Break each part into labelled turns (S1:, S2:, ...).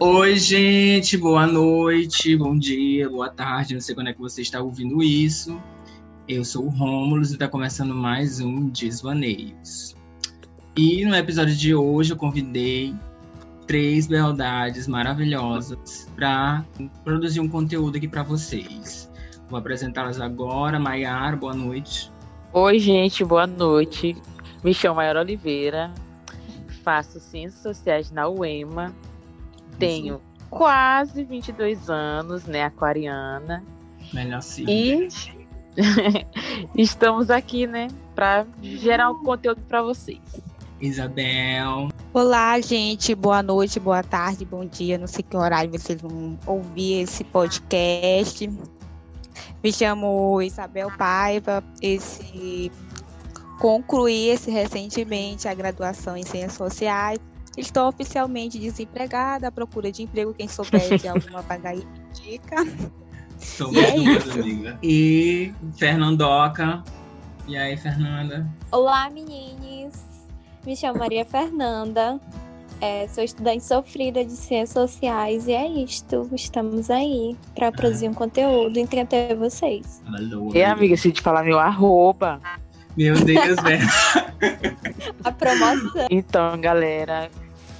S1: Oi, gente, boa noite, bom dia, boa tarde, não sei quando é que você está ouvindo isso. Eu sou o Rômulo e está começando mais um Desvaneios. E no episódio de hoje eu convidei três beldades maravilhosas para produzir um conteúdo aqui para vocês. Vou apresentá-las agora. Maiara, boa noite.
S2: Oi, gente, boa noite. Me chamo Maiara Oliveira, faço Ciências Sociais na UEMA, tenho quase 22 anos, né, aquariana.
S1: Melhor assim. sim.
S2: E estamos aqui, né, para gerar um conteúdo para vocês.
S1: Isabel.
S3: Olá, gente. Boa noite, boa tarde, bom dia. Não sei que horário vocês vão ouvir esse podcast. Me chamo Isabel Paiva. Esse concluí esse recentemente a graduação em Ciências Sociais. Estou oficialmente desempregada, à procura de emprego. Quem souber de alguma vaga aí, me indica.
S1: Sou
S3: E é
S1: muito
S3: isso.
S1: amiga. E Fernandoca. E aí, Fernanda?
S4: Olá, meninos! Me chamo Maria Fernanda, é, sou estudante sofrida de Ciências Sociais e é isto. Estamos aí para produzir um conteúdo e entreter vocês.
S1: Alô,
S2: E É, amiga, se te falar meu arroba.
S1: Meu Deus, é. velho.
S4: A promoção
S2: Então, galera,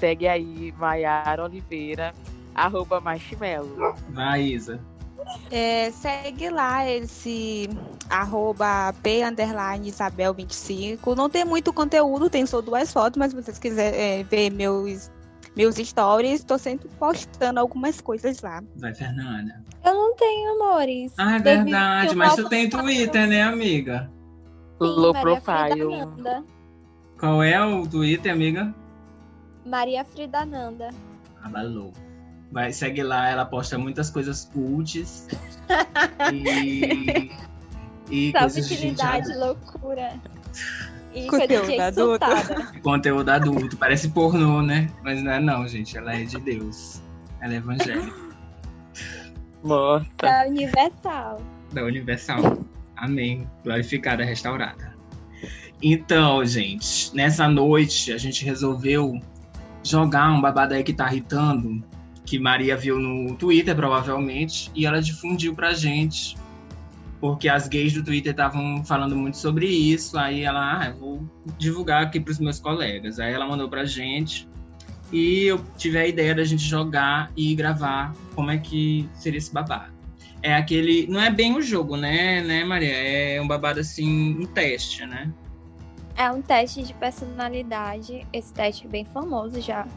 S2: segue aí Maiara Oliveira, arroba Marshmallow.
S1: Vai, Isa.
S3: É, segue lá esse arroba p underline Isabel 25. Não tem muito conteúdo, tem só duas fotos, mas se vocês quiserem é, ver meus, meus stories, estou sempre postando algumas coisas lá.
S1: Vai, Fernanda.
S4: eu não tenho, amores.
S1: Ah, é
S4: Devido
S1: verdade.
S4: que o
S1: Mas
S4: mal
S1: tu tem
S4: passado-
S1: Twitter, né, amiga?
S4: Sim,
S2: Low
S4: Maria
S2: profile.
S4: Fridananda.
S1: Qual é o Twitter, amiga?
S4: Maria Fridananda.
S1: Abalou. Vai, segue lá, ela posta muitas coisas cultes. e. E coisas de gente
S4: Subtilidade, loucura. E coisa
S3: Conteúdo
S4: de gente
S3: adulto.
S4: surtada.
S1: conteúdo adulto. Parece pornô, né? Mas não é não, gente. Ela é de Deus. Ela é evangélica.
S2: Morta.
S4: Da É Universal.
S1: da Universal. Amém. Glorificada, restaurada. Então, gente, nessa noite a gente resolveu jogar um babado aí que tá irritando, que Maria viu no Twitter, provavelmente, e ela difundiu pra gente. Porque as gays do Twitter estavam falando muito sobre isso. Aí ela, ah, eu vou divulgar aqui pros meus colegas. Aí ela mandou pra gente. E eu tive a ideia da gente jogar e gravar como é que seria esse babado. É aquele. Não é bem o jogo, né, né, Maria? É um babado assim, um teste, né?
S4: É um teste de personalidade. Esse teste é bem famoso já.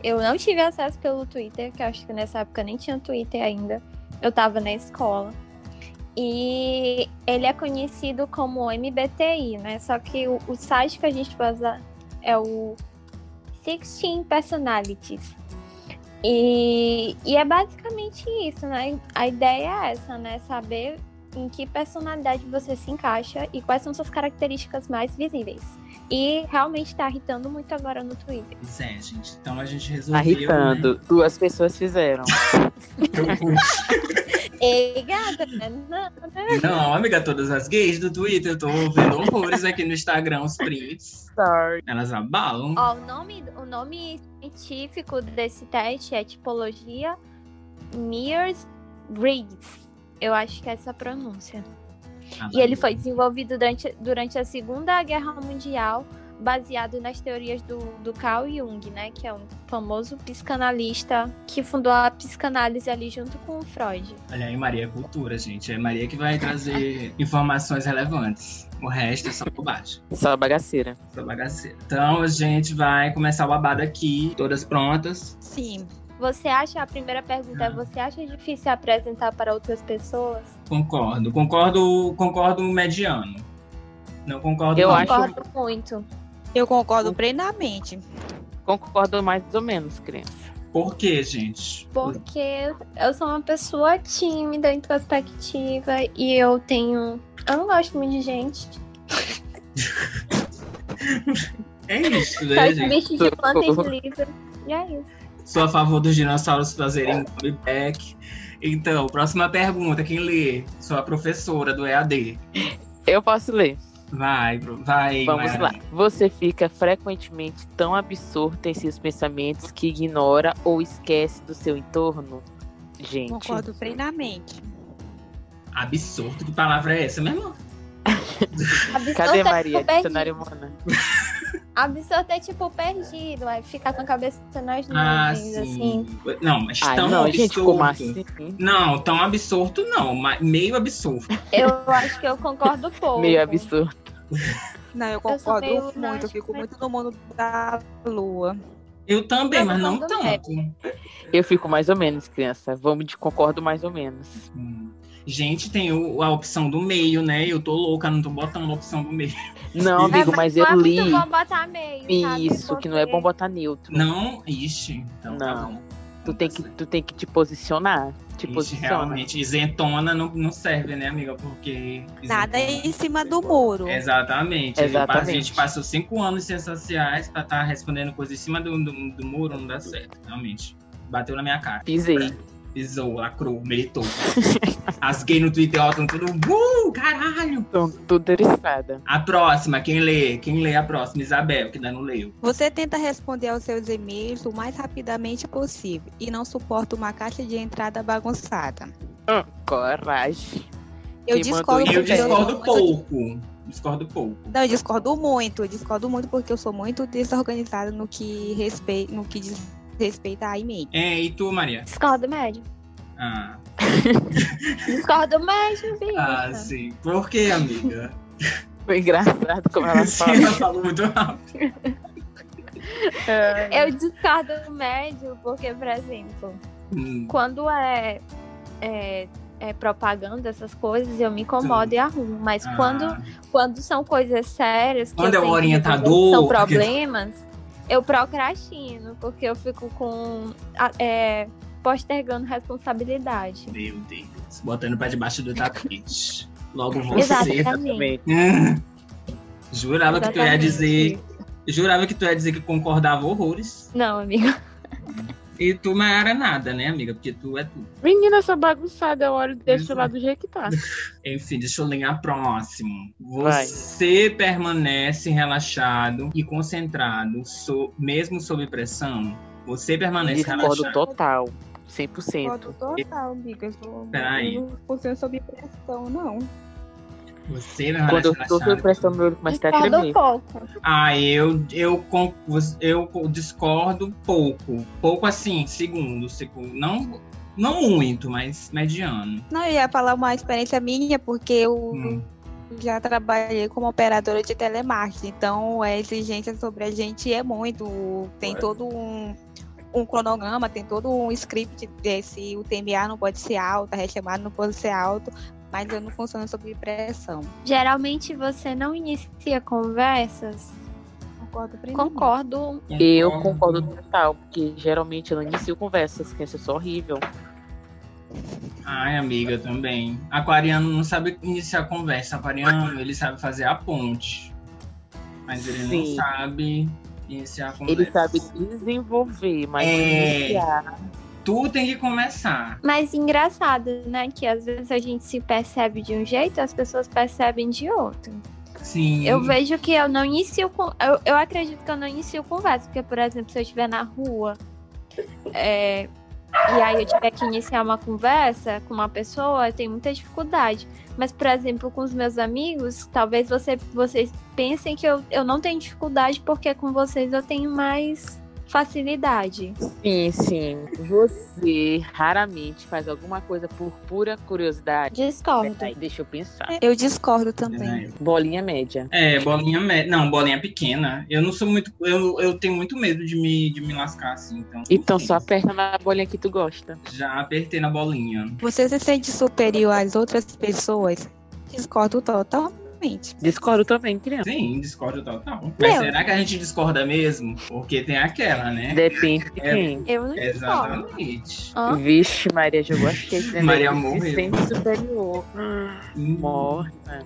S4: Eu não tive acesso pelo Twitter, que eu acho que nessa época nem tinha Twitter ainda. Eu tava na escola. E ele é conhecido como MBTI, né? Só que o, o site que a gente usa é o 16 Personalities. E, e é basicamente isso, né? A ideia é essa, né? Saber em que personalidade você se encaixa e quais são suas características mais visíveis. E realmente tá irritando muito agora no Twitter.
S1: Pois é, gente. Então a gente resolveu.
S2: Tá irritando. Duas pessoas fizeram.
S1: Né?
S4: Ei, gata, né? Não, né?
S1: Não, amiga, todas as gays do Twitter, eu tô vendo horrores aqui no Instagram, os prints.
S2: Sorry.
S1: Elas abalam.
S4: Ó, o nome, o nome científico desse teste é tipologia Mears-Briggs. Eu acho que é essa a pronúncia. E ele foi desenvolvido durante, durante a Segunda Guerra Mundial, baseado nas teorias do, do Carl Jung, né? Que é um famoso psicanalista que fundou a psicanálise ali junto com o Freud.
S1: Olha aí, Maria é cultura, gente. É Maria que vai trazer informações relevantes. O resto é só bobagem.
S2: Só bagaceira.
S1: Só bagaceira. Então a gente vai começar o babado aqui, todas prontas.
S3: Sim.
S4: Você acha, a primeira pergunta
S2: Ah.
S4: é, você acha difícil apresentar para outras pessoas?
S1: Concordo. Concordo, concordo mediano. Não concordo
S2: Eu
S1: não.
S2: acho-
S4: Concordo muito.
S3: Eu concordo plenamente.
S2: Concordo mais ou menos, criança.
S1: Por quê, gente?
S4: Porque eu sou uma pessoa tímida, introspectiva e eu tenho. Eu não gosto muito de gente.
S1: É isso, né,
S4: Faz
S1: gente?
S4: bicho
S2: então
S4: de planta incrível. E é isso.
S1: Sou a favor dos dinossauros fazerem comeback. Então, próxima pergunta, quem lê? Sou a professora do EAD.
S2: Eu posso ler.
S1: Vai, Bru- vai.
S2: Vamos
S1: Mayara.
S2: lá. Você fica frequentemente tão absorto em seus pensamentos que ignora ou esquece do seu entorno? Gente.
S3: Concordo plenamente.
S1: Absurdo, que palavra é essa, meu irmão?
S2: Cadê
S4: Absorta
S2: Maria,
S4: é tipo perdido.
S2: dicionário humana?
S4: Absorta é tipo perdido. Aí ficar com a cabeça nas nuvens,
S1: Ah,
S4: assim.
S1: sim. Não, mas
S2: Ai,
S1: tão
S2: não,
S1: absorto.
S2: gente, como assim?
S1: Não, tão absorto não, mas meio absorto.
S4: Eu acho que eu concordo pouco.
S2: Meio absurdo.
S3: Não, eu
S4: sou
S3: concordo
S4: meio
S3: muito. Eu
S4: náutica,
S3: fico
S4: mas-
S3: muito no mundo da lua.
S1: Eu também,
S4: Mas
S1: mas
S4: não
S1: não
S4: tanto.
S1: tanto.
S2: Eu fico mais ou menos, criança. Vamos de concordo mais ou menos.
S1: Hum. Gente, tem o- a opção do meio, né? Eu tô louca, não tô botando a opção do meio.
S2: Não,
S1: É,
S2: amigo, mas eu
S4: não
S2: li
S4: É muito bom botar meio, sabe?
S2: isso, que não é bom botar neutro.
S1: Não, ixi, então tá
S2: Não.
S1: bom.
S2: Tu tem que, tu tem que te posicionar. Te
S1: Ixi,
S2: posiciona.
S1: realmente, isentona não, não serve, né, amiga? Porque.
S3: Nada é
S1: isentona-
S3: em cima do muro.
S1: É. Exatamente.
S2: Exatamente.
S1: A gente passou cinco anos sem essas sociais pra estar respondendo coisa em cima do, do, do muro, não dá certo, realmente. Bateu na minha cara.
S2: Pisei.
S1: Pisou, lacrou, meritou. As gays no Twitter ó, tão tudo. Uh, caralho!
S2: Tô tudo eriçada.
S1: A próxima, quem lê? Quem lê a próxima? Isabel, que ainda não leu.
S3: Você tenta responder aos seus e-mails o mais rapidamente possível e não suporta uma caixa de entrada bagunçada.
S2: Coragem.
S3: Eu
S2: Quem
S3: discordo
S2: mandou
S1: Eu
S3: porque sou
S1: discordo
S3: muito-
S1: pouco. Discordo pouco.
S3: Não, eu discordo muito, eu discordo muito porque eu sou muito desorganizada no que respeita, no que diz respeito a e-mail.
S1: É, e tu, Maria?
S4: Discordo médio.
S1: Ah,
S4: Discordo médio, bicha.
S1: ah sim. Por que, amiga?
S2: Foi engraçado como ela
S1: Sim, ela
S2: fala.
S1: falou muito rápido.
S2: É.
S4: Eu discordo médio porque, por exemplo,
S1: Hum,
S4: quando é, é, é propaganda, essas coisas, eu me incomodo e arrumo. Mas
S1: ah,
S4: quando, quando são coisas sérias, que
S1: Quando
S4: eu
S1: é o
S4: tenho que
S1: orientador,
S4: resolver, são
S1: porque-
S4: problemas, eu procrastino, porque eu fico com. a- é, postergando responsabilidade.
S1: Meu Deus. Botando pra debaixo do tapete. Logo você.
S4: Exatamente.
S1: Hum.
S2: É.
S1: Jurava que tu ia
S4: Exatamente.
S1: dizer. Jurava que tu ia dizer que concordava horrores.
S4: Não, amigo.
S1: E tu não era nada, né, amiga? Porque tu é tu.
S2: Menina, essa bagunçada, eu olho e
S1: Pois
S2: deixo
S1: é.
S2: lá do jeito que tá.
S1: Enfim, deixa eu ler a próxima.
S2: Vai.
S1: Você permanece relaxado e concentrado, so- mesmo sob pressão? Você permanece
S2: Discordo
S1: relaxado.
S2: total.
S3: Discordo
S2: 100%.
S3: total, amiga. Eu, sou...
S1: Peraí.
S3: eu não funciono sob pressão, não.
S1: Você permanece
S2: Quando eu tô
S1: relaxado.
S2: sob pressão, meu olho tá começa a
S4: Discordo um
S2: tremer.
S4: pouco.
S1: Ah, eu, eu, con- eu co- discordo pouco. Pouco assim, segundo. segundo. Não, não muito, mas mediano.
S3: Não, eu ia falar uma experiência minha, porque eu
S1: Hum.
S3: já trabalhei como operadora de telemarketing, então a exigência sobre a gente é muito. Tem
S1: Ué.
S3: todo um, um cronograma, tem todo um script desse o TMA não pode ser alto, a retomada não pode ser alto, mas eu não funciono sob pressão.
S4: Geralmente você não inicia conversas.
S3: Concordo plenamente.
S4: Concordo.
S2: Eu concordo total, porque geralmente eu não inicio conversas, que isso é só horrível.
S1: Ai, amiga, eu também. Aquariano não sabe iniciar a conversa. Aquariano, ele sabe fazer a ponte. Mas ele não
S2: Sim.
S1: sabe iniciar a conversa.
S2: Ele sabe desenvolver, mas
S1: É.
S2: iniciar.
S1: Tu tem que começar.
S4: Mas engraçado, né? Que às vezes a gente se percebe de um jeito e as pessoas percebem de outro.
S1: Sim.
S4: Eu vejo que eu não inicio. con- Eu, eu acredito que eu não inicio conversa, porque, por exemplo, se eu estiver na rua é, e aí eu tiver que iniciar uma conversa com uma pessoa, eu tenho muita dificuldade. Mas, por exemplo, com os meus amigos, talvez você, vocês pensem que eu, eu não tenho dificuldade, porque com vocês eu tenho mais facilidade.
S2: Sim, sim. Você raramente faz alguma coisa por pura curiosidade.
S4: Discordo.
S2: Peraí, deixa eu pensar.
S3: Eu discordo também.
S2: Bolinha média.
S1: É, bolinha me... Não, bolinha pequena. Eu não sou muito. Eu, eu tenho muito medo de me, de me lascar assim. Então,
S2: Então
S1: enfim,
S2: só aperta na bolinha que tu gosta.
S1: Já apertei na bolinha.
S3: Você se sente superior às outras pessoas? Discordo totalmente.
S2: Discordo também, criança.
S1: Sim, discordo total. Tá Mas
S3: Meu.
S1: será que a gente discorda mesmo? Porque tem aquela, né?
S2: Depende de
S1: É.
S2: quem.
S4: Eu não discordo.
S1: Exatamente.
S4: Hã?
S2: Vixe, Maria jogou a cheia.
S1: Maria
S2: Se
S1: morreu.
S2: sente superior. Morta.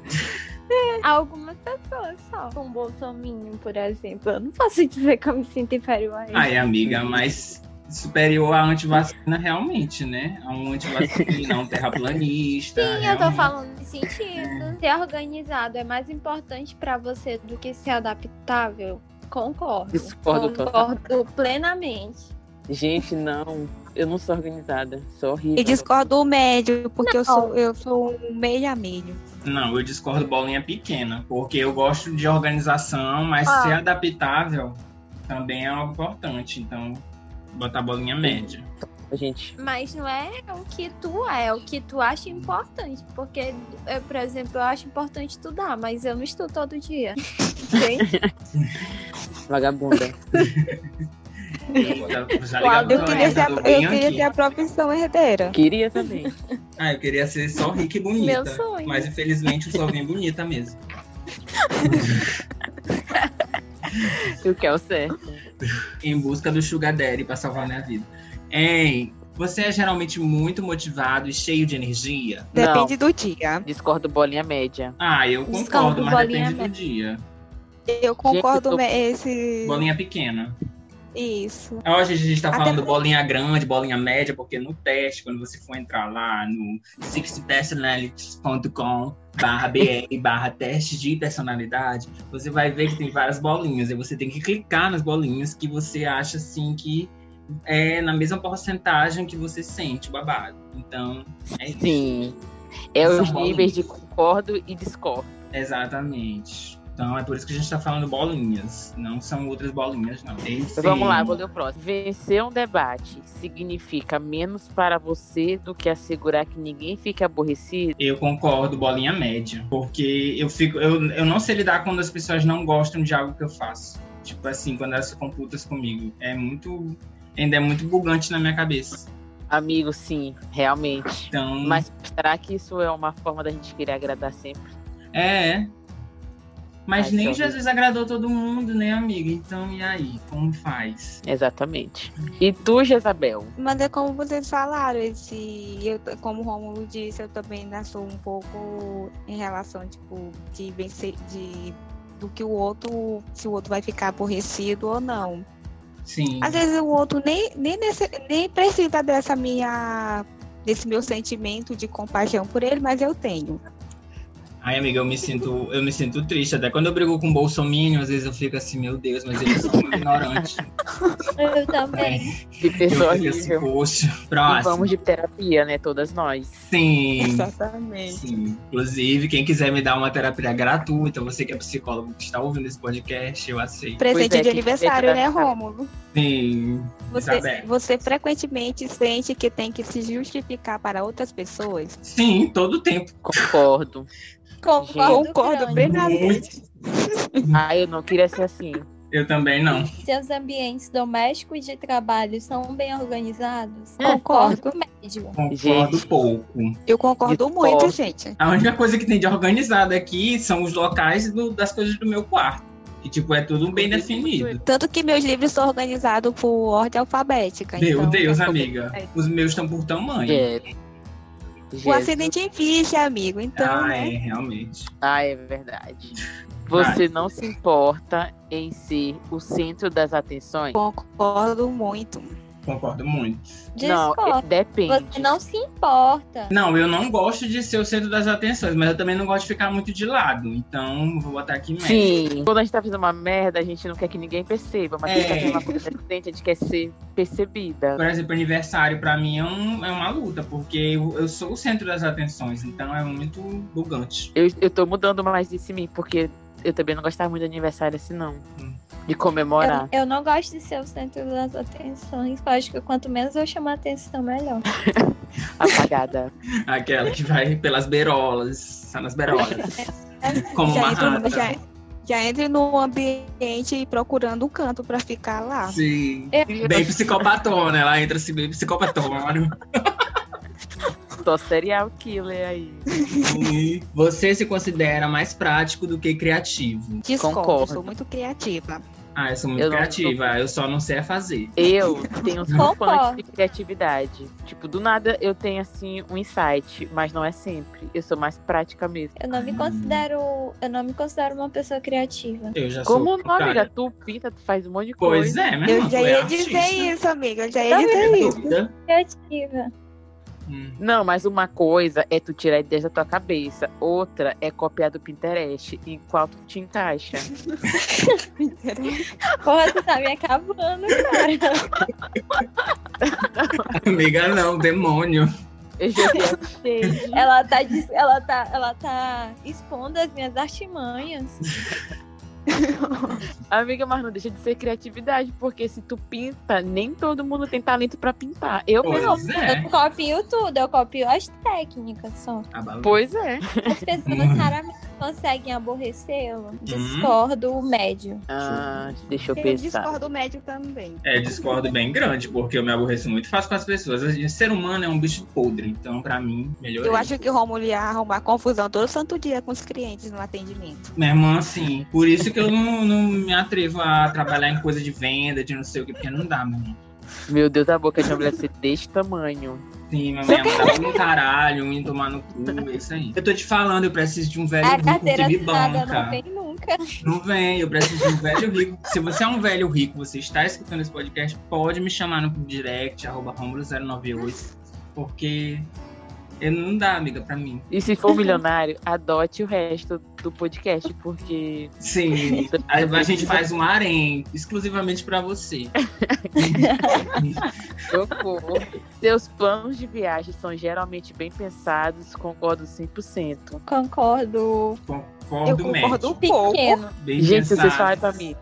S4: Algumas pessoas só. Com
S1: Ah,
S4: o Bolsonaro, por exemplo. Eu não posso dizer que eu me sinto inferior a ele.
S1: Ai, amiga, mas superior à antivacina realmente, né? A um antivacina, a um terraplanista.
S4: Sim, eu tô
S1: realmente.
S4: falando nesse sentido. Ser organizado é mais importante pra você do que ser adaptável. Concordo.
S2: Discordo total.
S4: Concordo plenamente.
S2: Gente, não. Eu não sou organizada. Sou horrível.
S3: E discordo o médio, porque eu sou, eu sou um meio a meio.
S1: Não, eu discordo bolinha pequena, porque eu gosto de organização, mas
S4: Ah.
S1: ser adaptável também é algo importante. Então, botar bolinha média.
S2: Gente,
S4: Mas não é o que tu é, é o que tu acha importante. Porque, eu, por exemplo, eu acho importante estudar, mas eu não estudo todo dia. Entende?
S2: vagabunda.
S1: Eita, já Tá-
S4: Claro,
S1: ligado
S3: Eu
S4: Não,
S3: queria,
S4: ainda
S3: ser a,
S1: do bem
S3: eu queria
S1: aqui.
S3: ter a profissão herdeira.
S2: Queria também.
S1: Ah, eu queria ser só rica e bonita.
S4: Meu sonho.
S1: Mas infelizmente eu só vim bonita mesmo.
S2: O que é o certo?
S1: Em busca do Sugar Daddy pra salvar minha vida. Hein? Você é geralmente muito motivado e cheio de energia?
S3: Depende do dia.
S2: Discordo bolinha média.
S1: Ah, eu
S4: Descanso,
S1: concordo, mas
S4: bolinha
S1: depende do dia.
S4: média.
S3: Eu concordo
S2: eu tô-
S3: me- esse.
S1: Bolinha pequena.
S3: Isso.
S1: Hoje a gente tá
S3: Até
S1: falando
S3: porque-
S1: bolinha grande, bolinha média, porque no teste, quando você for entrar lá no 60personalities.com barra BR barra teste de personalidade, você vai ver que tem várias bolinhas. E você tem que clicar nas bolinhas que você acha assim que é na mesma porcentagem que você sente o babado. Então, é isso.
S2: Sim. É os
S1: São
S2: níveis
S1: bolinhas.
S2: de concordo e discordo.
S1: Exatamente. Então é por isso que a gente tá falando bolinhas. Não são outras bolinhas, não. Tem sim.
S2: Então, Vamos lá, vou ler o próximo. Vencer um debate significa menos para você do que assegurar que ninguém fique aborrecido?
S1: Eu concordo, bolinha média. Porque eu fico. Eu, eu não sei lidar quando as pessoas não gostam de algo que eu faço. Tipo assim, quando elas ficam putas comigo. É muito. Ainda é muito bugante na minha cabeça.
S2: Amigo, sim, realmente.
S1: Então.
S2: Mas será que isso é uma forma da gente querer agradar sempre?
S1: É. é. Mas
S2: Ai,
S1: nem
S2: que horrível.
S1: Jesus agradou todo mundo, né, amiga? Então, e aí? Como faz?
S2: Exatamente. E tu, Jezabel?
S3: Mas é como vocês falaram, esse, eu, t- como o Romulo disse, eu também ainda sou um pouco em relação, tipo, de vencer, de, do que o outro, se o outro vai ficar aborrecido ou não.
S1: Sim.
S3: Às vezes o outro nem, nem, nesse- nem precisa dessa minha, desse meu sentimento de compaixão por ele, mas eu tenho.
S1: Ai, amiga, eu me sinto, eu me sinto triste. Até quando eu brigo com o Bolsonaro, às vezes eu fico assim, meu Deus, mas eles são ignorantes. né?
S4: Eu também.
S2: De pessoa
S1: Eu fico assim,
S2: horrível.
S1: poxa,
S2: E
S1: próximo.
S2: vamos de terapia, né? Todas nós.
S1: Sim.
S3: Exatamente.
S1: Sim. Inclusive, quem quiser me dar uma terapia gratuita, você que é psicólogo que está ouvindo esse podcast, eu aceito.
S3: Presente
S2: Pois é,
S3: de
S2: que
S3: aniversário,
S2: presente
S3: né,
S2: da-
S3: Rômulo?
S1: Sim.
S3: Você,
S1: Isabel.
S3: você frequentemente sente que tem que se justificar para outras pessoas?
S1: Sim, todo tempo.
S2: Concordo.
S4: Concordo,
S3: Concordo
S4: grande.
S3: plenamente.
S2: Ah, eu não queria ser assim.
S1: Eu também não.
S4: Seus ambientes domésticos e de trabalho são bem organizados?
S1: É.
S3: Concordo.
S4: médio.
S1: Concordo
S2: Gente.
S1: pouco.
S3: Eu concordo
S2: De
S3: muito,
S2: toque.
S3: gente.
S1: A única coisa que tem de organizado aqui são os locais do- das coisas do meu quarto. Que, tipo, é tudo bem definido.
S3: Tanto que meus livros são organizados por ordem alfabética.
S1: Meu
S3: então,
S1: Deus,
S3: eu tô-
S1: amiga. Os meus estão por tamanho.
S2: É.
S3: O um acidente existe, amigo. Então,
S1: Ah,
S3: né?
S1: é, realmente.
S2: Ah, é verdade. Você não se importa em ser o centro das atenções?
S3: concordo muito.
S1: Concordo muito.
S2: Não,
S4: Discordo.
S2: depende.
S4: Você não se importa.
S1: Não, eu não gosto de ser o centro das atenções, mas eu também não gosto de ficar muito de lado. Então, vou botar aqui média.
S2: Sim. Quando a gente tá fazendo uma merda, a gente não quer que ninguém perceba. Mas quando a gente tá
S1: É.
S2: fazendo uma coisa diferente, a gente quer ser percebida.
S1: Por exemplo, aniversário pra mim é, um- é uma luta, porque eu, eu sou o centro das atenções, então é muito bugante.
S2: Eu, eu tô mudando mais isso em mim, porque eu também não gostava muito de aniversário assim, não.
S1: Hum. É.
S2: De comemorar.
S4: Eu, eu não gosto de ser o centro das atenções. Eu acho que quanto menos eu chamar atenção, melhor.
S2: Apagada.
S1: Aquela que vai pelas berolas, sai nas berolas. Como uma
S3: já, entro,
S1: rata.
S3: no- já, é já entro no ambiente procurando um canto pra ficar lá.
S1: Sim.
S2: Eu
S1: Bem psicopatona, ela entra assim, bem psicopatona.
S2: Tô serial killer aí.
S1: E Você se considera mais prático do que criativo.
S3: Discordo,
S2: Concordo.
S3: sou muito criativa.
S1: Ah, eu sou muito
S2: Eu não-
S1: criativa, eu só não sei é fazer.
S2: Eu tenho um
S4: Concordo.
S2: punch de criatividade. Tipo, do nada eu tenho assim um insight, mas não é sempre. Eu sou mais prática mesmo.
S4: Eu
S1: Ah.
S4: não me considero. Eu não me considero uma pessoa criativa.
S1: Eu já
S2: Como
S1: sou.
S2: não, amiga?
S1: cara.
S2: Tu pinta, tu faz um monte de
S1: Pois
S2: coisa.
S1: é, né?
S3: Eu
S1: irmã?
S3: já
S1: Tu é
S3: ia
S1: artista. né?
S3: dizer isso, amiga. Eu já ia
S4: Tá
S3: dizer
S1: Sem
S3: isso.
S1: dúvida.
S4: Criativa.
S1: Hum.
S2: Não, mas uma coisa é tu tirar ideias da tua cabeça, outra é copiar do Pinterest em qual tu te encaixa.
S4: Porra, tu tá me acabando, cara.
S1: Amiga, não, demônio.
S2: Eu joguei a shade.
S4: Ela tá, dis- ela tá, ela tá expondo as minhas artimanhas.
S2: Amiga, mas não deixa de ser criatividade, porque se tu pinta, nem todo mundo tem talento pra pintar. Eu
S1: Pois
S2: não.
S1: é.
S4: Eu copio tudo, eu copio as técnicas só.
S1: Tá bom.
S2: Pois é.
S4: As
S1: Uhum.
S4: pessoas raramente conseguem aborrecê-lo. Discordo médio.
S2: Ah, deixa eu
S3: Eu
S2: pensar.
S3: discordo médio também.
S1: É, discordo bem grande, porque eu me aborreço muito fácil com as pessoas. A gente- Ser humano é um bicho podre, então pra mim, melhor.
S3: Eu acho que o Romulo ia arrumar confusão todo santo dia com os clientes no atendimento.
S1: Minha irmã, assim, por isso que eu não, não me atrevo a trabalhar em coisa de venda, de não sei o que, porque não dá, meu irmão.
S2: Meu Deus, a boca de uma mulher ser desse tamanho.
S1: Sim, minha mãe tá um caralho, indo tomar no cu, é isso aí. Eu tô te falando, eu preciso de um velho
S4: A
S1: rico que
S4: carteira
S1: me
S4: assinada
S1: banca.
S4: não vem nunca.
S1: Não vem, eu preciso de um velho rico. Se você é um velho rico, você está escutando esse podcast, pode me chamar no direct, arroba romulo098, porque eu- não dá, amiga, pra mim.
S2: E se for milionário, adote o resto do podcast, porque.
S1: Sim, a, a gente faz um harém exclusivamente pra você.
S2: Socorro. Seus planos de viagem são geralmente bem pensados, concordo 100%.
S4: Concordo.
S3: eu
S1: Concordo,
S3: concordo
S1: médico.
S3: um pouco.
S4: Pequeno.
S1: Bem
S2: Gente, se vocês
S1: pensado.
S2: falarem pra mim,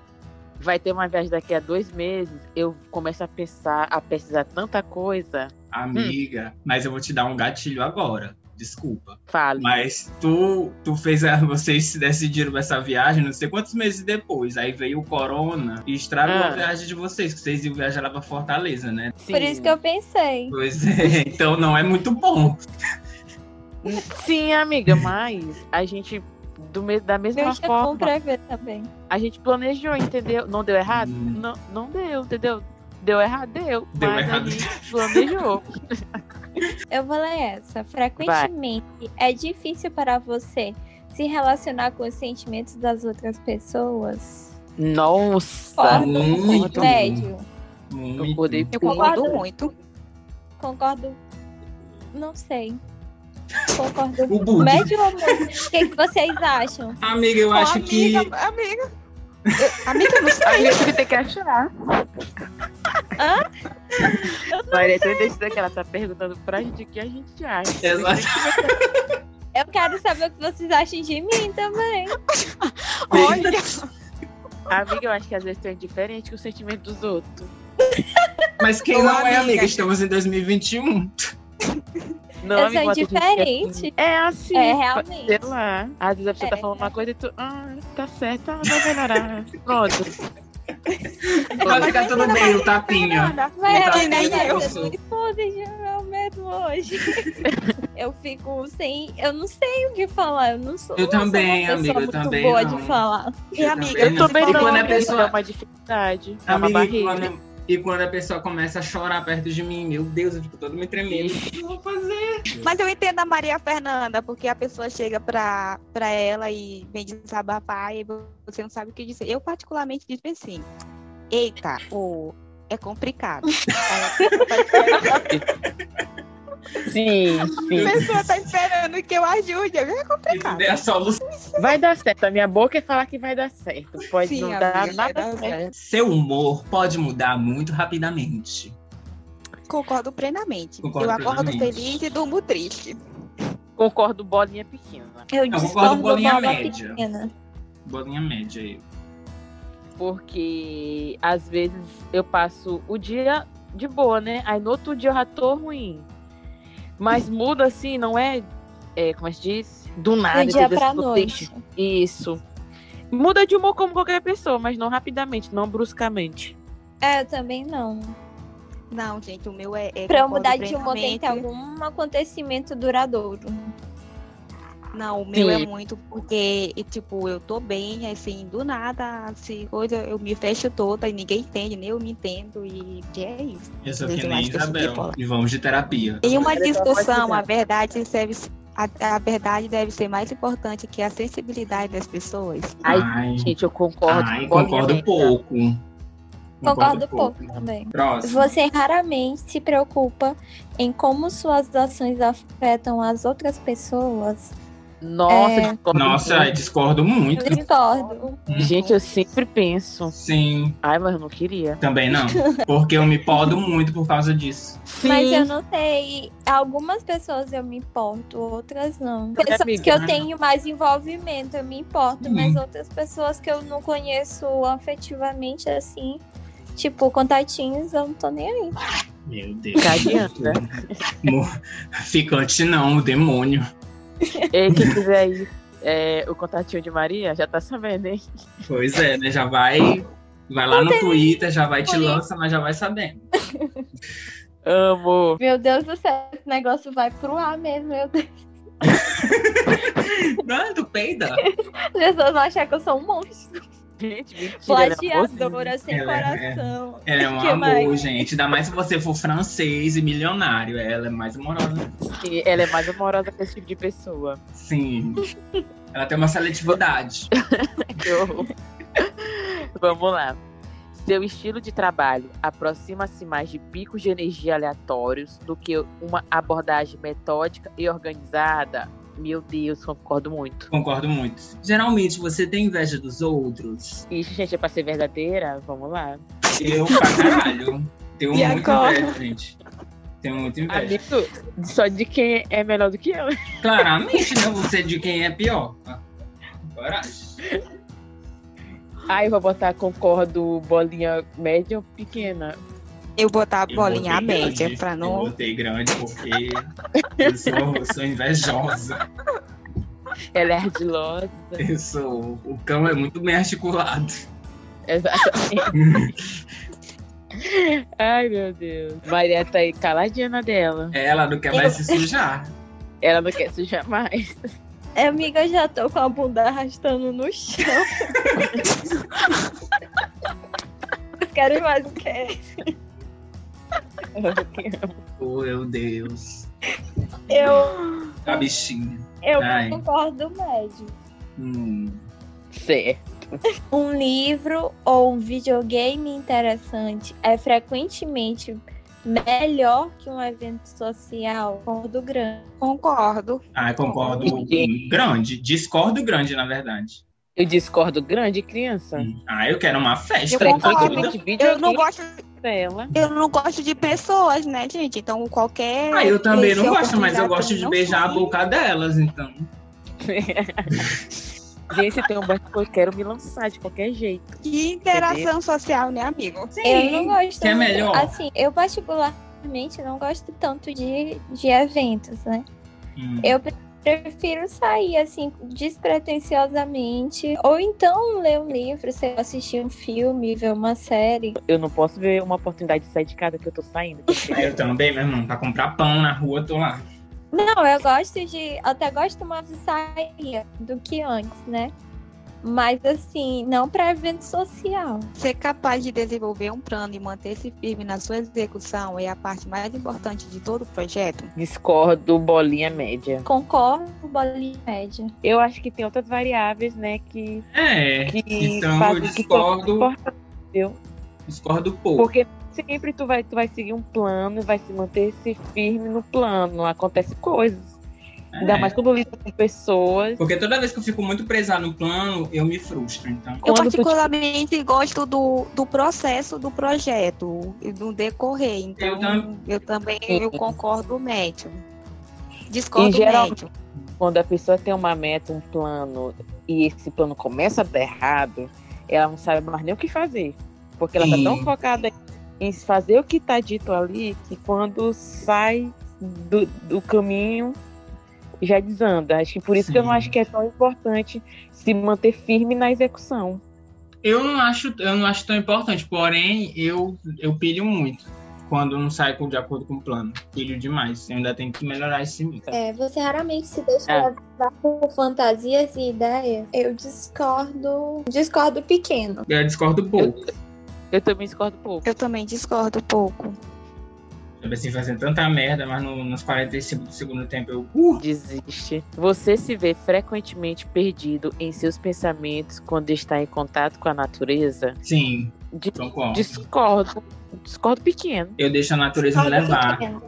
S2: vai ter uma viagem daqui a dois meses, eu começo a pensar, a pesquisar tanta coisa.
S1: Amiga, mas eu vou te dar um gatilho agora. Desculpa.
S2: Falo.
S1: Mas tu, tu fez a, vocês se decidiram pra essa viagem não sei quantos meses depois. Aí veio o corona e estragou
S2: Ah.
S1: a viagem de vocês, que vocês iam viajar lá pra Fortaleza, né?
S2: Sim.
S4: Por isso que eu pensei.
S1: Pois é, então não é muito bom.
S2: Sim, amiga, mas a gente, do, me- da mesma
S4: Eu tinha como
S2: forma,
S4: prever também.
S2: a gente planejou, entendeu? Não deu errado?
S1: Hum.
S2: Não, não deu, entendeu? Deu errado, deu.
S1: Deu
S2: mas
S1: errado.
S2: a gente planejou.
S4: Eu vou ler essa. Frequentemente é difícil para você se relacionar com os sentimentos das outras pessoas.
S2: Nossa!
S4: Concordo
S1: muito.
S4: médio.
S1: Muito.
S2: Eu acordei
S3: Tá. Eu
S2: com-
S3: concordo
S4: Concordo.
S3: muito.
S4: Concordo. Não sei. Concordo.
S1: O Bud.
S4: Médio ou muito? O que, que vocês acham?
S1: Amiga, eu acho que.
S3: amiga, amiga. Eu- Amiga, eu não sei.
S2: Maria, tu tem que achar.
S4: Hã?
S2: Maria, tu deixa que ela tá perguntando pra gente o que a gente acha.
S1: Exato.
S4: Eu quero saber o que vocês acham de mim também.
S3: Olha,
S2: Amiga, eu acho que às vezes tu é indiferente com o sentimento dos outros.
S1: Mas quem
S3: Ô,
S1: não é,
S3: amiga.
S1: amiga? Estamos em 2021.
S2: Não,
S4: Eu
S2: amiga,
S4: sou
S2: mas tem gente que é assim.
S4: indiferente.
S2: É assim.
S4: É,
S2: Sei
S4: realmente.
S2: lá. Às vezes a pessoa tá
S4: É.
S2: falando uma coisa e tu, ah, tá certo, ah, vai melhorar. Pronto.
S1: Vai ficar tudo bem, o tapinha.
S4: Vai,
S1: Tá
S4: Renata,
S3: nem eu.
S4: eu sou esposa de meu medo hoje. eu fico sem. Eu não sei o que falar. Eu não sou.
S1: Eu
S4: não sou
S1: também,
S4: uma pessoa
S1: amiga, eu
S4: muito
S1: também
S4: boa
S1: não.
S4: de falar.
S3: E, amiga,
S2: Eu também
S1: E
S2: não,
S1: quando a
S2: amiga,
S1: pessoa
S2: é uma dificuldade, é uma
S1: Tá Amiga, e
S2: barreira.
S1: quando, e quando a pessoa começa a chorar perto de mim, meu Deus, eu fico todo me tremendo. O que eu vou fazer?
S3: Mas eu entendo a Maria Fernanda, porque a pessoa chega pra, pra ela e vem desabafar e você não sabe o que dizer. Eu, particularmente, digo assim: Eita, o. É complicado. tá Aí
S2: Sim,
S3: A
S2: sim.
S3: pessoa tá esperando que eu ajude. É
S1: Isso
S3: complicado.
S1: é a solução.
S2: Vai dar certo. A minha boca é falar que vai dar certo. Pode
S3: Sim,
S2: não
S3: amiga,
S2: dar
S3: vai
S2: nada
S3: dar
S2: certo.
S1: Seu humor pode mudar muito rapidamente.
S3: Concordo plenamente.
S1: Concordo
S3: eu acordo
S1: plenamente.
S3: feliz e durmo triste.
S2: Concordo, bolinha pequena.
S4: Eu
S1: concordo
S4: discordo
S1: com a linha
S4: bola
S1: média.
S4: pequena.
S1: Bolinha média aí.
S2: Porque às vezes eu passo o dia de boa, né? Aí no outro dia eu já tô ruim. Mas muda assim, não é, é como é que diz? Do nada.
S4: Uhum. Do dia
S2: entendeu?
S4: pra
S2: Ah, Eu tô
S4: noite.
S2: Isso. Muda de humor como qualquer pessoa, mas não rapidamente, não bruscamente.
S4: É, eu também não.
S3: Não, gente, o meu é. é
S4: Pra eu um
S3: concordo
S4: então. mudar de humor tem que
S3: plenamente.
S4: ter algum acontecimento duradouro.
S3: Não, o meu
S2: Sim.
S3: é muito porque, e, tipo, eu tô bem, assim, do nada, se coisa, eu me fecho toda e ninguém entende, nem eu me entendo, e e é isso.
S1: Eu sou
S3: Mas
S1: que
S3: eu
S1: nem
S3: acho que eu sou
S1: Isabel.
S3: bipolar. um-
S1: E vamos de terapia.
S3: Em uma
S2: Mas eu gosto
S3: discussão, a
S2: dela.
S3: verdade deve ser- a, a verdade deve ser mais importante que a sensibilidade das pessoas.
S2: Ai,
S4: Ah.
S1: Ai,
S2: Gente, eu concordo.
S1: ai,
S2: com a
S1: concordo
S2: minha
S1: pouco.
S4: Concordo pouco também.
S1: Próximo.
S4: Você raramente se preocupa em como suas ações afetam as outras pessoas?
S2: Nossa,
S4: É.
S2: discordo
S1: Nossa, hum. eu
S2: muito.
S1: discordo muito.
S4: Discordo.
S1: Uhum.
S2: gente, eu sempre penso.
S1: Sim,
S2: Ai, mas eu não queria.
S1: também não. Porque eu me podo muito por causa disso.
S2: Sim,
S4: Mas eu não sei. Algumas pessoas eu me importo, outras não.
S2: É,
S4: Pessoas
S2: amiga,
S4: que eu
S1: né?
S4: tenho mais envolvimento, eu me importo,
S1: Uhum.
S4: mas outras pessoas que eu não conheço afetivamente assim, tipo contatinhos, eu não tô nem aí.
S1: Meu Deus.
S2: Tá adianta.
S1: Mo- Ficante não, o demônio.
S2: Ei, quem quiser aí, é, o contatinho de Maria já tá sabendo, hein?
S1: Pois é, né? Já vai. Vai lá no Twitter, já vai te lança, mas já vai sabendo.
S2: Amo.
S4: Meu Deus do céu, esse negócio vai pro ar mesmo. Meu Deus,
S1: Não, é tu peida.
S4: as pessoas vão achar que eu sou um monstro.
S2: Gente, mentira. ela é
S4: Plagiadora, sem
S1: Ela é-
S4: coração.
S1: Ela é um
S4: Que
S1: amor,
S4: mais?
S1: gente. Ainda mais se você for francês e milionário. Ela é mais amorosa.
S2: bonzinha, Ela é mais amorosa que esse tipo de pessoa.
S1: Sim. Ela tem uma seletividade.
S2: Que horror. Vamos lá. Seu estilo de trabalho aproxima-se mais de picos de energia aleatórios do que uma abordagem metódica e organizada? Meu Deus, concordo muito.
S1: Concordo muito. Geralmente você tem inveja dos outros.
S2: Isso, gente, é pra ser verdadeira? Vamos lá.
S1: Eu, pra caralho. Tenho
S3: E
S1: muita
S3: agora?
S1: inveja, gente. Tenho muita inveja.
S2: Amigo, só de quem é melhor do que eu.
S1: Claramente, né? Você de quem é pior. Ah, Coragem.
S2: Ai, eu vou botar concordo bolinha média ou pequena.
S3: Eu botar a
S1: Eu
S3: bolinha à
S1: botei
S3: média,
S1: grande,
S3: pra
S1: Eu
S3: não.
S1: botei grande porque eu sou, eu sou invejosa.
S2: Ela é ardilosa.
S1: Eu sou. O cão é muito bem articulado.
S2: Exatamente. Ai, meu Deus. Maria tá aí caladinha na dela.
S1: Ela não quer mais se sujar.
S2: Ela não quer sujar mais.
S4: É, Amiga, eu já tô com a bunda arrastando no chão. Quero mais o é. quê?
S1: Oh, meu Deus.
S4: Eu,
S1: A bichinha.
S4: eu
S1: Ai.
S4: concordo médio.
S1: Hum.
S2: Certo.
S4: Um livro ou um videogame interessante é frequentemente melhor que um evento social como o do grande.
S3: Concordo.
S1: Ah, concordo. Hum, Grande. Discordo grande, na verdande.
S2: Eu discordo grande, criança.
S1: Hum. Ah, eu quero uma festa.
S3: Eu concordo.
S1: toda.
S2: Frequentemente
S3: Eu não
S2: videogame
S3: gosto,
S2: pra ela.
S3: eu não gosto de pessoas, né, gente? Então qualquer.
S1: Ah, eu também não
S3: esse
S1: gosto, mas eu
S3: oportunidade
S1: gosto de
S3: não
S1: beijar a
S3: foi.
S1: boca delas, então.
S2: Gente, se tem um barco que eu quero me lançar de qualquer jeito.
S3: Que interação social, né, amigo?
S4: Eu não gosto.
S1: que é
S4: muito-
S1: melhor.
S4: Assim, eu particularmente não gosto tanto de, de eventos, né?
S1: Hum.
S4: Eu pre- prefiro sair assim despretensiosamente ou então ler um livro, sei lá, assistir um filme, ver uma série.
S2: Eu não posso ver uma oportunidade de sair de casa que eu tô saindo.
S1: Ah, Eu também, meu irmão. Pra comprar pão na rua, eu tô lá.
S4: Não, eu gosto de, até gosto mais de sair do que antes, né? Mas assim, não para evento social.
S3: Ser capaz de desenvolver um plano e manter-se firme na sua execução é a parte mais importante de todo o projeto.
S2: Discordo bolinha média.
S4: Concordo, bolinha média.
S2: Eu acho que tem outras variáveis, né, que,
S1: É,
S2: que
S1: então eu
S2: fazem que são
S1: discordo,
S2: importantes, viu?
S1: discordo pouco.
S2: Porque sempre tu vai, tu vai seguir um plano e vai se manter se firme no plano. Acontece coisas. Ainda
S1: É,
S2: mais quando lida com pessoas.
S1: Porque toda vez que eu fico muito presa no plano, eu me frustro, então.
S2: Quando
S3: eu
S2: tu te-
S3: particularmente gosto do, do processo do projeto, e do decorrer. Então,
S1: Eu
S3: eu,
S1: tam-
S3: também
S2: Sim.
S3: eu concordo médio. Discordo
S2: geral-
S3: médio.
S2: Quando a pessoa tem uma meta, um plano, e esse plano começa a dar errado, ela não sabe mais nem o que fazer. Porque ela
S1: Sim.
S2: tá tão focada em fazer o que tá dito ali, que quando sai do, do caminho, já desanda. Acho que por isso que eu não
S1: Sim.
S2: acho que é tão importante se manter firme na execução.
S1: Eu não acho, eu não acho tão importante, porém eu eu pilho muito. quando não sai de acordo com o plano. Filho demais. Eu ainda tenho que melhorar esse tá? mito.
S4: É, você raramente se deixa
S2: É.
S4: levar por fantasias e ideias. Eu discordo. Discordo pequeno.
S1: Eu discordo um pouco.
S2: Eu também discordo um pouco.
S3: Eu também discordo um pouco.
S1: Eu pensei em fazer tanta merda, mas no, nos 45 do segundo tempo eu. Uh,
S2: Desiste. Você se vê frequentemente perdido em seus pensamentos quando está em contato com a natureza?
S1: sim,
S2: Di-
S1: concordo.
S2: discordo. Discordo pequeno.
S1: Eu deixo a natureza me
S4: Discordo
S1: levar.
S4: pequeno.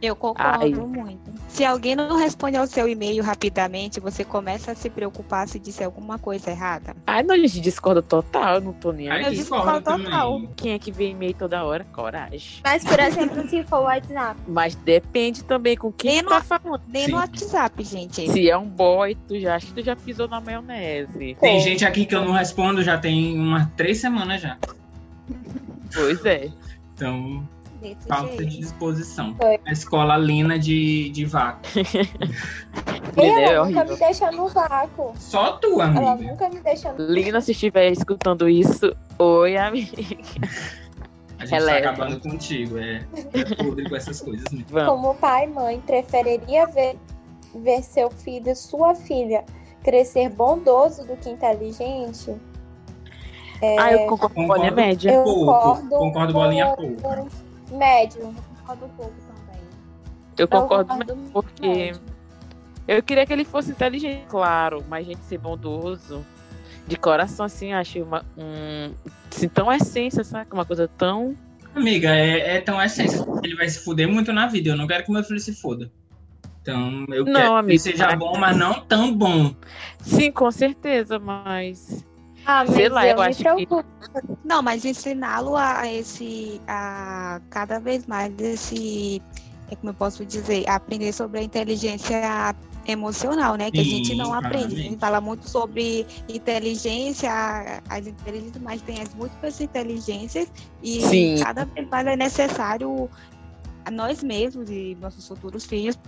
S3: Eu concordo
S2: Ai.
S3: muito. Se alguém não responde ao seu e-mail rapidamente, você começa a se preocupar se disser alguma coisa errada.
S2: Ai, não, gente, discordo total. Eu não tô nem
S1: Aí
S2: aí.
S3: Eu
S1: discordo
S3: discordo total.
S1: também.
S2: Quem é que vê e-mail toda hora? Coragem.
S4: Mas, por exemplo, se for WhatsApp,
S2: Mas depende também com quem
S3: Nem
S2: tu
S3: no-
S2: tá falando.
S3: Nem
S1: Sim.
S3: no WhatsApp, gente.
S2: Se é um boy, tu já acha que tu já pisou na maionese.
S1: Tem
S4: Pô.
S1: gente aqui que eu não respondo já tem umas três semanas já.
S2: Pois é.
S1: Então,
S3: Desse
S1: falta de
S3: jeito.
S1: disposição.
S4: Foi.
S1: A escola Lina de, de vaca.
S2: Entendeu? É
S4: ela nunca
S2: horrível.
S4: me deixa no vácuo.
S1: Só tu,
S4: Ela
S1: amiga.
S4: nunca me deixa no
S2: Lina, se estiver escutando isso, oi, amiga.
S1: A gente
S2: Releva.
S1: tá acabando contigo. É, é podre com essas coisas né? mesmo.
S2: Vamos.
S4: Como pai e mãe, preferiria ver, ver seu filho, sua filha, crescer bondoso do que inteligente? É,
S2: Ah, eu concordo um com a
S1: Concordo.
S2: bolinha média.
S4: Eu
S1: Pouco.
S4: concordo
S1: Concordo, bolinha pouco.
S4: Médio. Concordo um pouco também.
S2: Eu concordo,
S4: Eu
S2: mesmo, porque eu queria que ele fosse inteligente, claro, mas gente ser bondoso. De coração, assim, eu achei uma. Um, assim, tão essência, sabe? Uma coisa tão.
S1: Amiga, é, é tão essência. Ele vai se fuder muito na vida. Eu não quero que meu filho se foda. Então, eu quero
S2: Não,
S1: que ele
S2: amigo,
S1: seja
S2: mas-
S1: bom, mas não tão bom.
S2: Sim, com certeza, mas.
S4: Ah, mas
S2: Sei lá, eu
S4: me
S2: acho que-
S4: preocupo.
S3: Não, mas ensiná-lo a esse. a cada vez mais esse. é Como eu posso dizer? a Aprender sobre a inteligência emocional, né? Que a gente
S1: Sim,
S3: não aprende. A
S1: exatamente.
S3: gente fala muito sobre inteligência, as inteligências, mas tem as múltiplas inteligências e
S2: Sim.
S3: cada vez mais é necessário a nós mesmos e nossos futuros filhos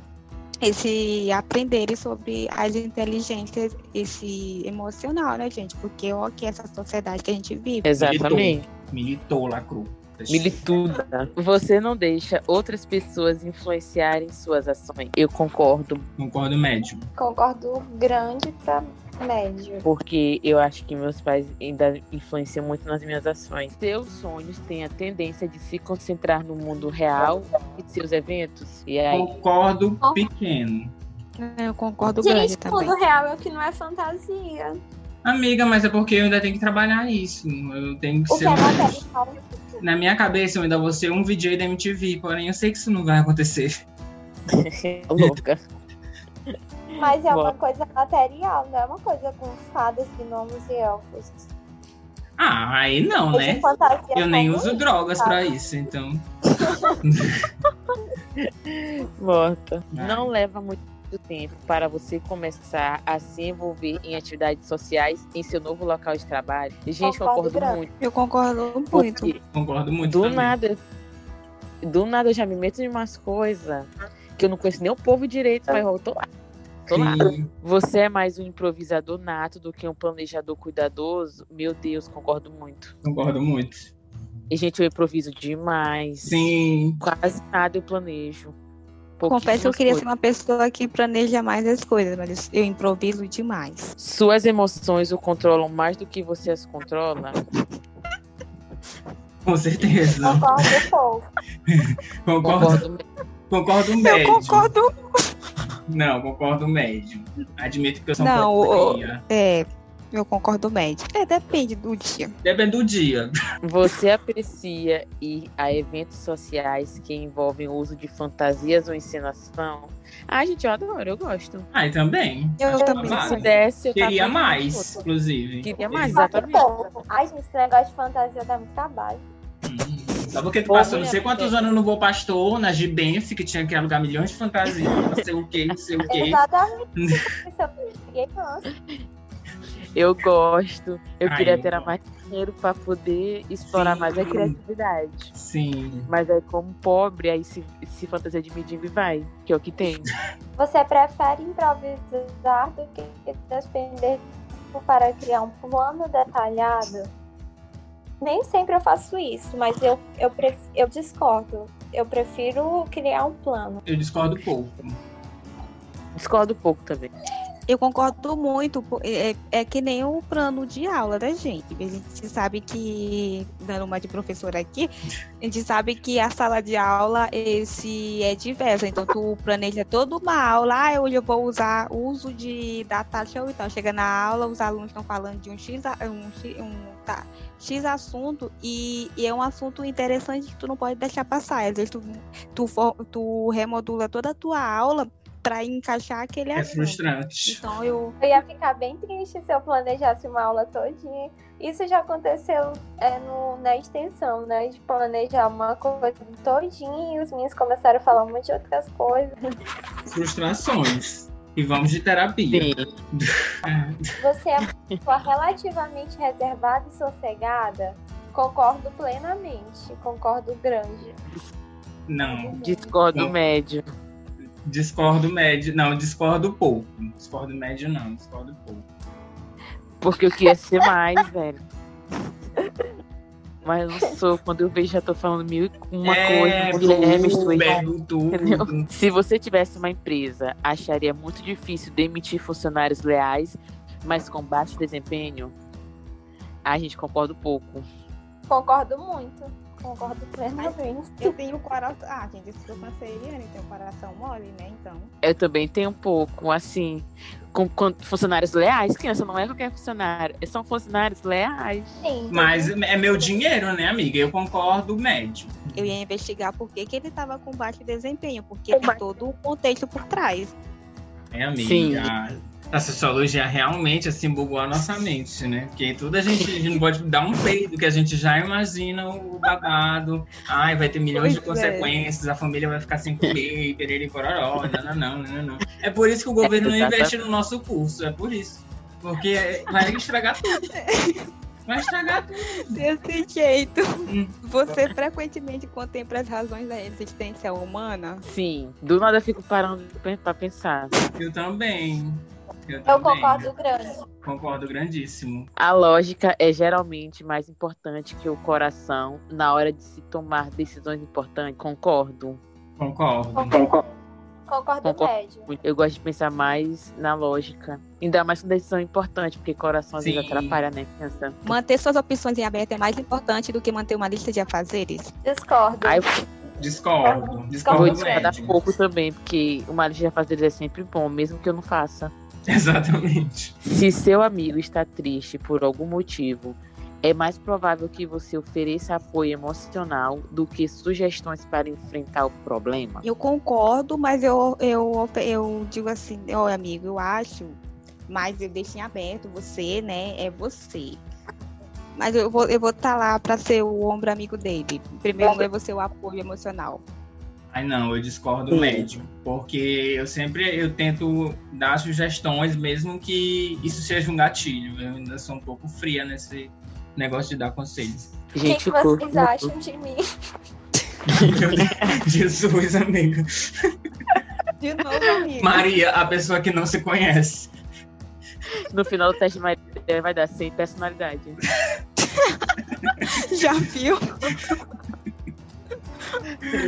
S3: esse aprenderem sobre as inteligências esse emocional, né, gente? Porque ó, que essa sociedade que a gente vive.
S2: Exatamente.
S1: Militou, lacrou.
S2: Milituda. Você não deixa outras pessoas influenciarem suas ações. Eu concordo,
S1: Concordo médio.
S4: Concordo grande pra médio.
S2: porque eu acho que meus pais ainda influenciam muito nas minhas ações. Seus sonhos têm a tendência de se concentrar no mundo real e de seus eventos. E aí,
S1: Concordo pequeno.
S3: É, Eu concordo grande
S4: Gente,
S3: também.
S4: mundo real é o que não é fantasia.
S1: Amiga, mas é porque eu ainda tenho que trabalhar isso. Eu tenho que
S4: O que
S1: ser.
S4: é
S1: um-
S4: matéria
S1: Na minha cabeça, eu ainda vou ser um VJ da MTV, porém eu sei que isso não vai acontecer.
S2: é louca.
S4: mas é uma
S2: Bora.
S4: coisa material, não é uma coisa com fadas, gnomos e elfos.
S1: Ah, aí não,
S4: Coisa
S1: né?
S4: fantasia
S1: Eu nem
S4: comum.
S1: uso drogas pra isso, então.
S2: Morta.
S1: Vai.
S2: Não leva muito tempo para você começar a se envolver em atividades sociais em seu novo local de trabalho. Gente,
S4: Concordo,
S2: concordo,
S4: Bran.
S2: muito.
S3: Eu concordo muito.
S2: Porque
S1: Concordo muito.
S2: do
S1: também.
S2: nada, do nada eu já me meto em umas coisas que eu não conheço nem o povo direito, mas eu tô lá. Tô lá.
S1: Sim.
S2: Você é mais um improvisador nato do que um planejador cuidadoso? Meu Deus, concordo muito.
S1: Concordo muito.
S2: E, gente, eu improviso demais.
S1: Sim.
S2: Quase nada eu planejo.
S3: Confesso que eu queria
S2: Pouquíssimas
S3: ser uma pessoa que planeja mais as coisas, mas eu improviso demais.
S2: Suas emoções o controlam mais do que você as controla?
S1: Com certeza.
S4: Concordo pouco.
S1: Concordo,
S2: Concordo.
S1: concordo médio.
S3: Eu concordo.
S1: Não, concordo médio. Admito que eu sou
S3: Não,
S1: um pouco
S3: o-
S1: fria.
S3: É, eu concordo médio. É, depende do dia.
S1: Depende do dia.
S2: Você aprecia ir a eventos sociais que envolvem o uso de fantasias ou encenação? Ah, gente, eu adoro, eu gosto.
S1: Ai, Ah, também.
S3: Eu
S1: Acho
S3: também
S1: babado.
S2: Se pudesse, eu tava
S1: Queria
S2: fazendo
S1: mais,
S2: tudo.
S1: inclusive.
S2: Queria mais,
S4: Concordo
S2: exatamente.
S4: pouco. tipo, Ai, gente, esse negócio de fantasia dá muito trabalho.
S1: Hum, Só porque tu
S2: Pô,
S1: passou não
S2: mulher,
S1: sei quantos
S2: porque-
S1: anos no Bom Pastor, na Gibenf, que tinha que alugar milhões de fantasias, não sei o quê, não sei o quê.
S4: Exatamente. Isso eu peguei antes.
S2: Eu gosto. Eu
S1: Ai,
S2: queria
S1: eu
S2: ter
S1: gosto.
S2: mais dinheiro para poder explorar
S1: Sim.
S2: mais a criatividade.
S1: Sim.
S2: Mas aí, como pobre, aí se, se fantasia de mendigo e vai, que é o que tem.
S4: Você prefere improvisar do que despender tempo para criar um plano detalhado? Nem sempre eu faço isso, mas eu, eu, pref... eu discordo. Eu prefiro criar um plano.
S1: Eu discordo pouco. É
S2: Discordo um pouco também.
S3: Eu concordo muito, po- é, é que nem o plano de aula da gente. A gente sabe que, dando uma de professora aqui, a gente sabe que a sala de aula esse é diversa. Então, tu planeja toda uma aula, ah, hoje eu vou usar uso de data show e tal. então, Chega na aula, os alunos estão falando de um X, a- um, X- um tá, X assunto e, e é um assunto interessante que tu não pode deixar passar. Às vezes, tu, tu, for- tu remodula toda a tua aula para encaixar aquele
S1: É
S3: assunto.
S1: frustrante.
S3: Então eu.
S4: Eu ia ficar bem triste se eu planejasse uma aula todinha. Isso já aconteceu é, no- na extensão, né? De planejar uma coisa todinha e os meninos começaram a falar um monte de outras coisas.
S1: Frustrações. E vamos de terapia.
S2: Sim.
S4: Você é uma pessoa relativamente reservada e sossegada? Concordo plenamente, concordo grande.
S1: Não,
S2: Discordo
S1: Não.
S2: médio.
S1: discordo médio. Não, discordo pouco. Discordo médio não, discordo pouco.
S2: Porque eu queria ser mais, velho. Mas eu não sou. Quando eu vejo, já tô falando mil e uma
S1: é,
S2: coisa. Guilherme,
S1: tudo,
S2: sou eu.
S1: pego tudo.
S2: Entendeu? Se você tivesse uma empresa, acharia muito difícil demitir funcionários leais, mas com baixo desempenho? A gente concorda um pouco.
S4: Concordo muito, concordo plenamente.
S3: Eu tenho coração. Ah, gente, eu sou canceriana, então coração mole, né? Então.
S2: Eu também tenho um pouco, assim, com, com funcionários leais. Criança não é qualquer funcionário, são funcionários leais.
S4: Sim.
S1: Mas é meu dinheiro, né, amiga? Eu concordo médio.
S3: Eu ia investigar por que, que ele tava com baixo desempenho, porque tem todo o contexto por trás.
S1: É, amiga.
S2: Sim.
S1: A sociologia realmente assim bugou a nossa mente, né? Porque tudo a gente, a gente não pode dar um peito que a gente já imagina o babado. Ai, vai ter milhões de
S3: Pois é.
S1: consequências, a família vai ficar sem comer, perere pororó, não, não, não, não. É por isso que o governo não
S2: Exatamente.
S1: investe no nosso curso, é por isso. Porque vai estragar tudo. Vai estragar tudo.
S3: Desse jeito.
S1: Hum.
S3: Você frequentemente contempla as razões da existência humana.
S2: Sim, do nada eu fico parando pe- pra pensar.
S1: Eu também. Eu,
S4: Eu
S1: também.
S4: concordo grande.
S1: Concordo grandíssimo.
S2: A lógica é geralmente mais importante que o coração na hora de se tomar decisões importantes. Concordo.
S1: Concordo.
S4: Concordo,
S2: Concordo.
S4: médio.
S2: Eu gosto de pensar mais na lógica. Ainda mais com decisão é importante, porque coração às vezes
S1: Sim.
S2: atrapalha, né? Pensa.
S3: Manter suas opções em aberto é mais importante do que manter uma lista de afazeres.
S4: Discordo.
S2: Aí eu
S1: Discordo.
S2: vou
S1: Discordo
S2: discordar
S1: médio.
S2: pouco também, porque uma lista de afazeres é sempre bom, mesmo que eu não faça.
S1: Exatamente.
S2: Se seu amigo está triste por algum motivo, é mais provável que você ofereça apoio emocional do que sugestões para enfrentar o problema.
S3: Eu concordo, mas eu, eu, eu digo assim, ó, amigo, eu acho, mas eu deixo em aberto, você, né? É você. Mas eu vou estar eu vou tá lá pra ser o ombro amigo dele. Em primeiro lugar, eu vou ser o apoio emocional.
S1: Ai, não, eu discordo
S2: Sim.
S1: médio. Porque eu sempre eu tento dar sugestões, mesmo que isso seja um gatilho. Eu ainda sou um pouco fria nesse negócio de dar conselhos.
S4: O que,
S2: Gente,
S4: que
S2: o corpo-
S4: vocês acham de mim?
S1: Jesus, amiga.
S3: De novo, amigo.
S1: Maria, a pessoa que não se conhece.
S2: no final do teste vai, vai dar sem personalidade.
S3: Já viu?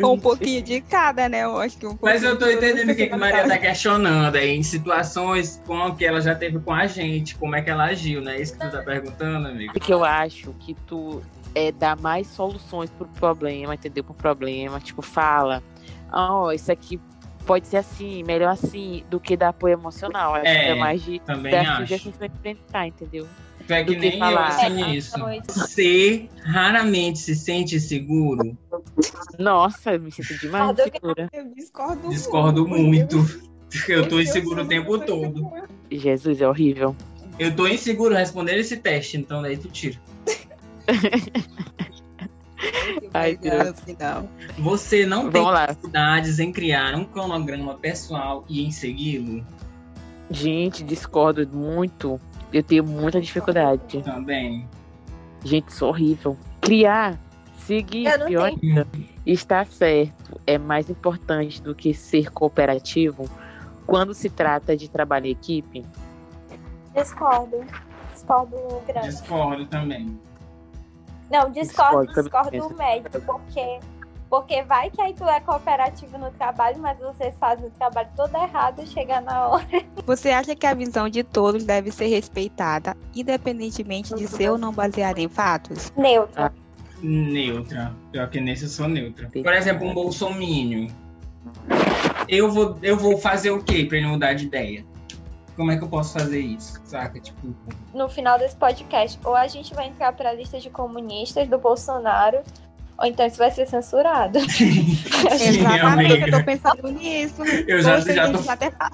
S3: um pouquinho de cada, né? Eu acho que um
S1: Mas eu tô
S3: pouquinho de
S1: entendendo o que, que
S3: cada.
S1: Maria tá questionando aí, em situações com que ela já teve com a gente, como é que ela agiu, né? É isso que tu tá perguntando, amigo?
S2: Porque eu acho que tu é dar mais soluções pro problema, entendeu? Pro problema. Tipo, fala, ó, isso aqui pode ser assim, melhor assim, do que dar apoio emocional. Acho
S1: É,
S2: que é mais de
S1: Também
S2: dar
S1: acho.
S2: sugestões pra enfrentar, entendeu?
S1: Tu é que
S2: do que
S1: nem eu,
S2: falar.
S1: assim,
S4: É,
S1: nisso.
S4: noite.
S1: Você raramente se sente seguro
S2: Nossa, eu me sinto demais
S4: Mas eu-
S2: segura.
S3: Eu discordo,
S1: Discordo muito. Eu tô inseguro o tempo todo.
S2: Jesus, é horrível.
S1: Eu tô inseguro respondendo esse teste, então daí tu tira.
S2: Ai, Deus.
S3: Final.
S1: Você não tem
S2: Vamos lá.
S1: dificuldades em criar um cronograma pessoal e em segui-lo?
S2: Gente, discordo muito. Eu tenho muita dificuldade.
S1: Também.
S2: Gente, isso é horrível. Criar, seguir,
S4: Eu não
S2: pior ainda. Estar certo é mais importante do que ser cooperativo quando se trata de trabalho em equipe.
S4: Discordo. Discordo grande.
S1: Discordo também.
S4: Não, discordo,
S2: Discordo, também
S4: discordo
S2: penso.
S4: do médico, porque, porque vai que aí tu é cooperativo no trabalho, mas vocês fazem o trabalho todo errado, chega na hora.
S3: Você acha que a visão de todos deve ser respeitada, independentemente de ser ou não baseada em fatos?
S4: Neutro.
S1: Neutra. Pior que nesse eu sou neutra. Por exemplo, um bolsomínio. Eu vou, eu vou fazer o quê pra ele mudar de ideia? Como é que eu posso fazer isso? Saca? Tipo,
S4: No final desse podcast, ou a gente vai entrar pra lista de comunistas do Bolsonaro, ou então isso vai ser censurado.
S1: Sim,
S3: É Exatamente, eu
S1: amiga.
S3: tô pensando nisso.
S1: eu já,
S3: Poxa,
S1: já
S3: a
S1: tô.
S3: gente já até fa-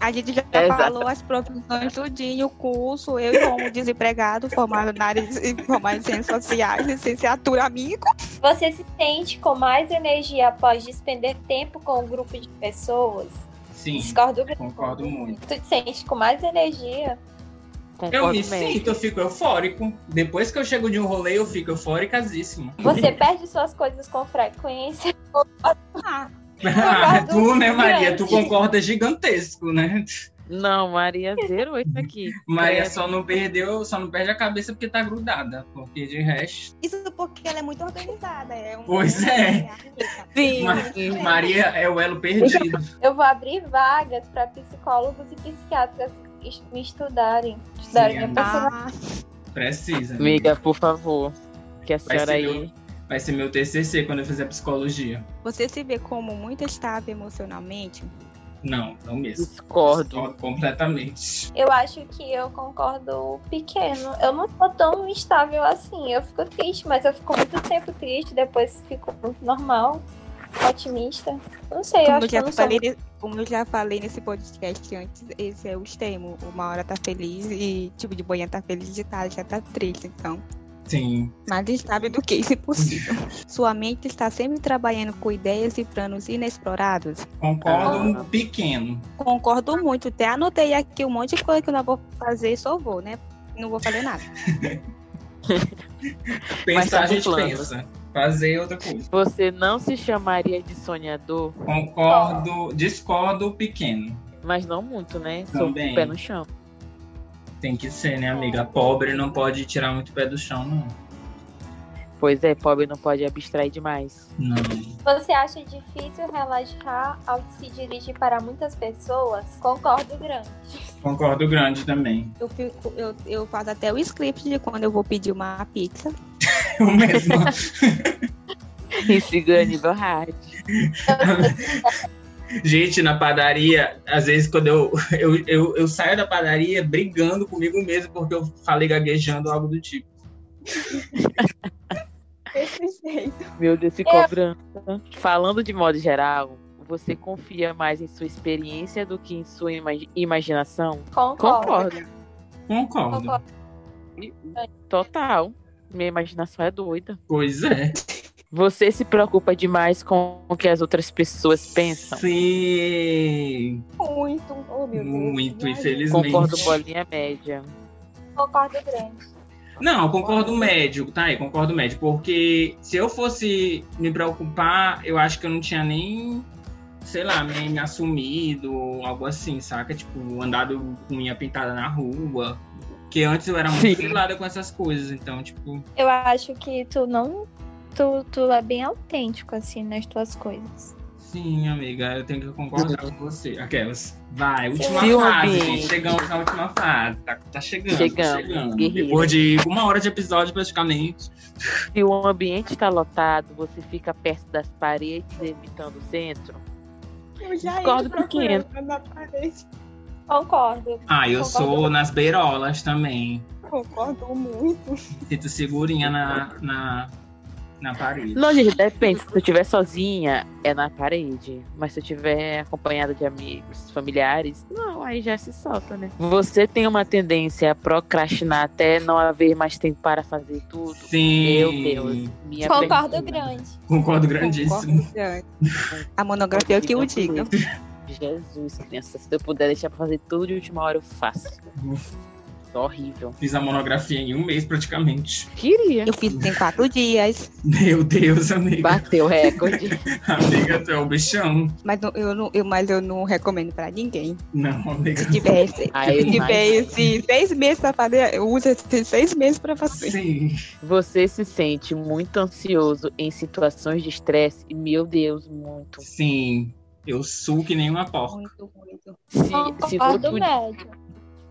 S3: A gente já
S2: É, exato.
S3: falou as profissões tudinho, o curso, eu como desempregado, formado na área de formado em ciências sociais, licenciatura minha.
S4: Você se sente com mais energia após despender tempo com um grupo de pessoas?
S1: Sim,
S4: Discordo
S1: concordo muito.
S4: Tu te sente com mais energia?
S1: Eu me
S2: Concordo mesmo.
S1: sinto, eu fico eufórico. Depois que eu chego de um rolê, eu fico eufóricasíssimo.
S4: Você perde suas coisas com frequência?
S1: Ah, tu, né, Maria? Tu
S4: grande.
S1: concorda gigantesco, né?
S2: Não, Maria zerou isso aqui.
S1: Maria
S2: Credo.
S1: só não perdeu, só não perde a cabeça porque tá grudada. Porque de resto.
S3: Isso porque ela é muito organizada. É um-
S1: Pois é.
S2: Sim.
S1: Ma- Maria é o elo perdido.
S4: Eu vou abrir vagas para psicólogos e psiquiatras es- me estudarem. Estudarem
S1: Sim,
S4: minha
S1: amiga.
S4: personalidade.
S3: Ah,
S1: Precisa.
S2: Amiga, por favor. Que a senhora
S1: ser
S2: aí.
S1: Vai ser meu TCC quando eu fizer psicologia.
S3: você se vê como muito estável emocionalmente?
S1: Não, não mesmo.
S2: Discordo.
S1: Discordo Completamente.
S4: Eu acho que eu concordo pequeno. Eu não sou tão instável assim. Eu fico triste, mas eu fico muito tempo triste, depois fico normal, otimista. Não sei, eu
S3: Como
S4: acho
S3: eu,
S4: que eu
S3: já
S4: não sou
S3: falei, ne- como eu já falei nesse podcast antes, esse é o extremo. Uma hora tá feliz e, tipo, de manhã tá feliz, de tarde já tá triste, então.
S1: Sim.
S3: Mais estável do que isso é impossível. Sua mente está sempre trabalhando com ideias e planos inexplorados?
S1: Concordo
S2: Ah.
S1: um pequeno.
S3: Concordo muito, até anotei aqui um monte de coisa que eu não vou fazer, só vou, né? Não vou fazer nada.
S1: Pensar a
S2: tá
S1: gente
S2: duplando.
S1: pensa. Fazer é outra coisa.
S2: Você não se chamaria de sonhador,
S1: Concordo, discordo pequeno.
S2: mas não muito, né? Sou
S1: Também.
S2: pé no chão.
S1: Tem que ser, né, amiga? Pobre não pode tirar muito pé do chão, não.
S2: Pois é, pobre não pode abstrair demais.
S1: Não.
S4: Você acha difícil relaxar ao se dirigir para muitas pessoas? Concordo grande.
S1: Concordo grande também.
S3: Eu, fico, eu, eu faço até o script de quando eu vou pedir uma pizza.
S1: Eu mesmo.
S2: E siga nível hard.
S1: Gente, na padaria, às vezes quando eu, eu, eu, eu saio da padaria brigando comigo mesmo porque eu falei gaguejando ou algo do tipo.
S2: Meu Deus, se cobrando. É Falando de modo geral, você confia mais em sua experiência do que em sua ima- imaginação?
S4: Concordo.
S2: Concordo.
S1: Concordo.
S4: Concordo.
S2: Total. Minha imaginação é doida.
S1: Pois é.
S2: Você se preocupa demais com o que as outras pessoas pensam?
S1: Sim.
S3: Muito, oh meu Deus.
S1: Muito,
S3: Ai,
S1: infelizmente.
S2: Concordo com a linha média.
S4: Concordo grande.
S1: Não, eu concordo médio, tá aí, concordo médio. Porque se eu fosse me preocupar, eu acho que eu não tinha nem, sei lá, me, me assumido, ou algo assim, saca? Tipo, andado com minha pintada na rua. Que antes eu era
S2: Sim.
S1: muito filada com essas coisas, então, tipo,
S4: Eu acho que tu não. Tu, tu é bem autêntico, assim, nas tuas coisas.
S1: sim, amiga, eu tenho que concordar com você. Aquelas. Vai, última
S2: Viu,
S1: fase,
S2: amiga?
S1: gente. Chegamos na última fase. Tá, tá chegando. tá
S2: Chegamos,
S1: chegando.
S2: guerreira.
S1: Depois de uma hora de episódio, praticamente.
S2: Se o ambiente está lotado, você fica perto das paredes, evitando o centro?
S3: Eu já
S2: Discordo
S3: ia procurando na parede.
S4: Concordo.
S1: Ah, eu
S4: Concordo.
S1: sou nas beirolas também.
S3: Concordo muito.
S1: Sinto segurinha na, na, na parede.
S2: Não, gente, depende. Se tu estiver sozinha, é na parede. Mas se tu estiver acompanhada de amigos, familiares, não, aí já se solta, né? Você tem uma tendência a procrastinar até não haver mais tempo para fazer tudo?
S1: Sim.
S2: Meu Deus, minha
S4: Concordo
S2: abertura.
S4: grande.
S1: Concordo grandíssimo.
S3: Concordo, grande. A monografia é que eu diga.
S2: Jesus, criança, se eu puder deixar pra fazer tudo de última hora, eu faço. horrível.
S1: Fiz a monografia em um mês praticamente.
S2: Queria.
S3: Eu fiz em quatro dias,
S1: Meu Deus, amiga.
S2: Bateu recorde.
S1: Amiga, tu é o bichão.
S3: mas não- eu não, eu, mas eu não recomendo pra ninguém.
S1: Não, amiga.
S3: Se tivesse,
S2: Aí,
S3: se
S2: mas-
S3: tivesse seis meses pra fazer, usa esses seis meses pra fazer.
S1: Sim.
S2: Você se sente muito ansioso em situações de estresse? Meu Deus, muito.
S1: Sim. Eu suco que nem uma porca.
S3: Muito, muito.
S2: Se, se,
S5: Concordo
S2: outro,
S5: médio.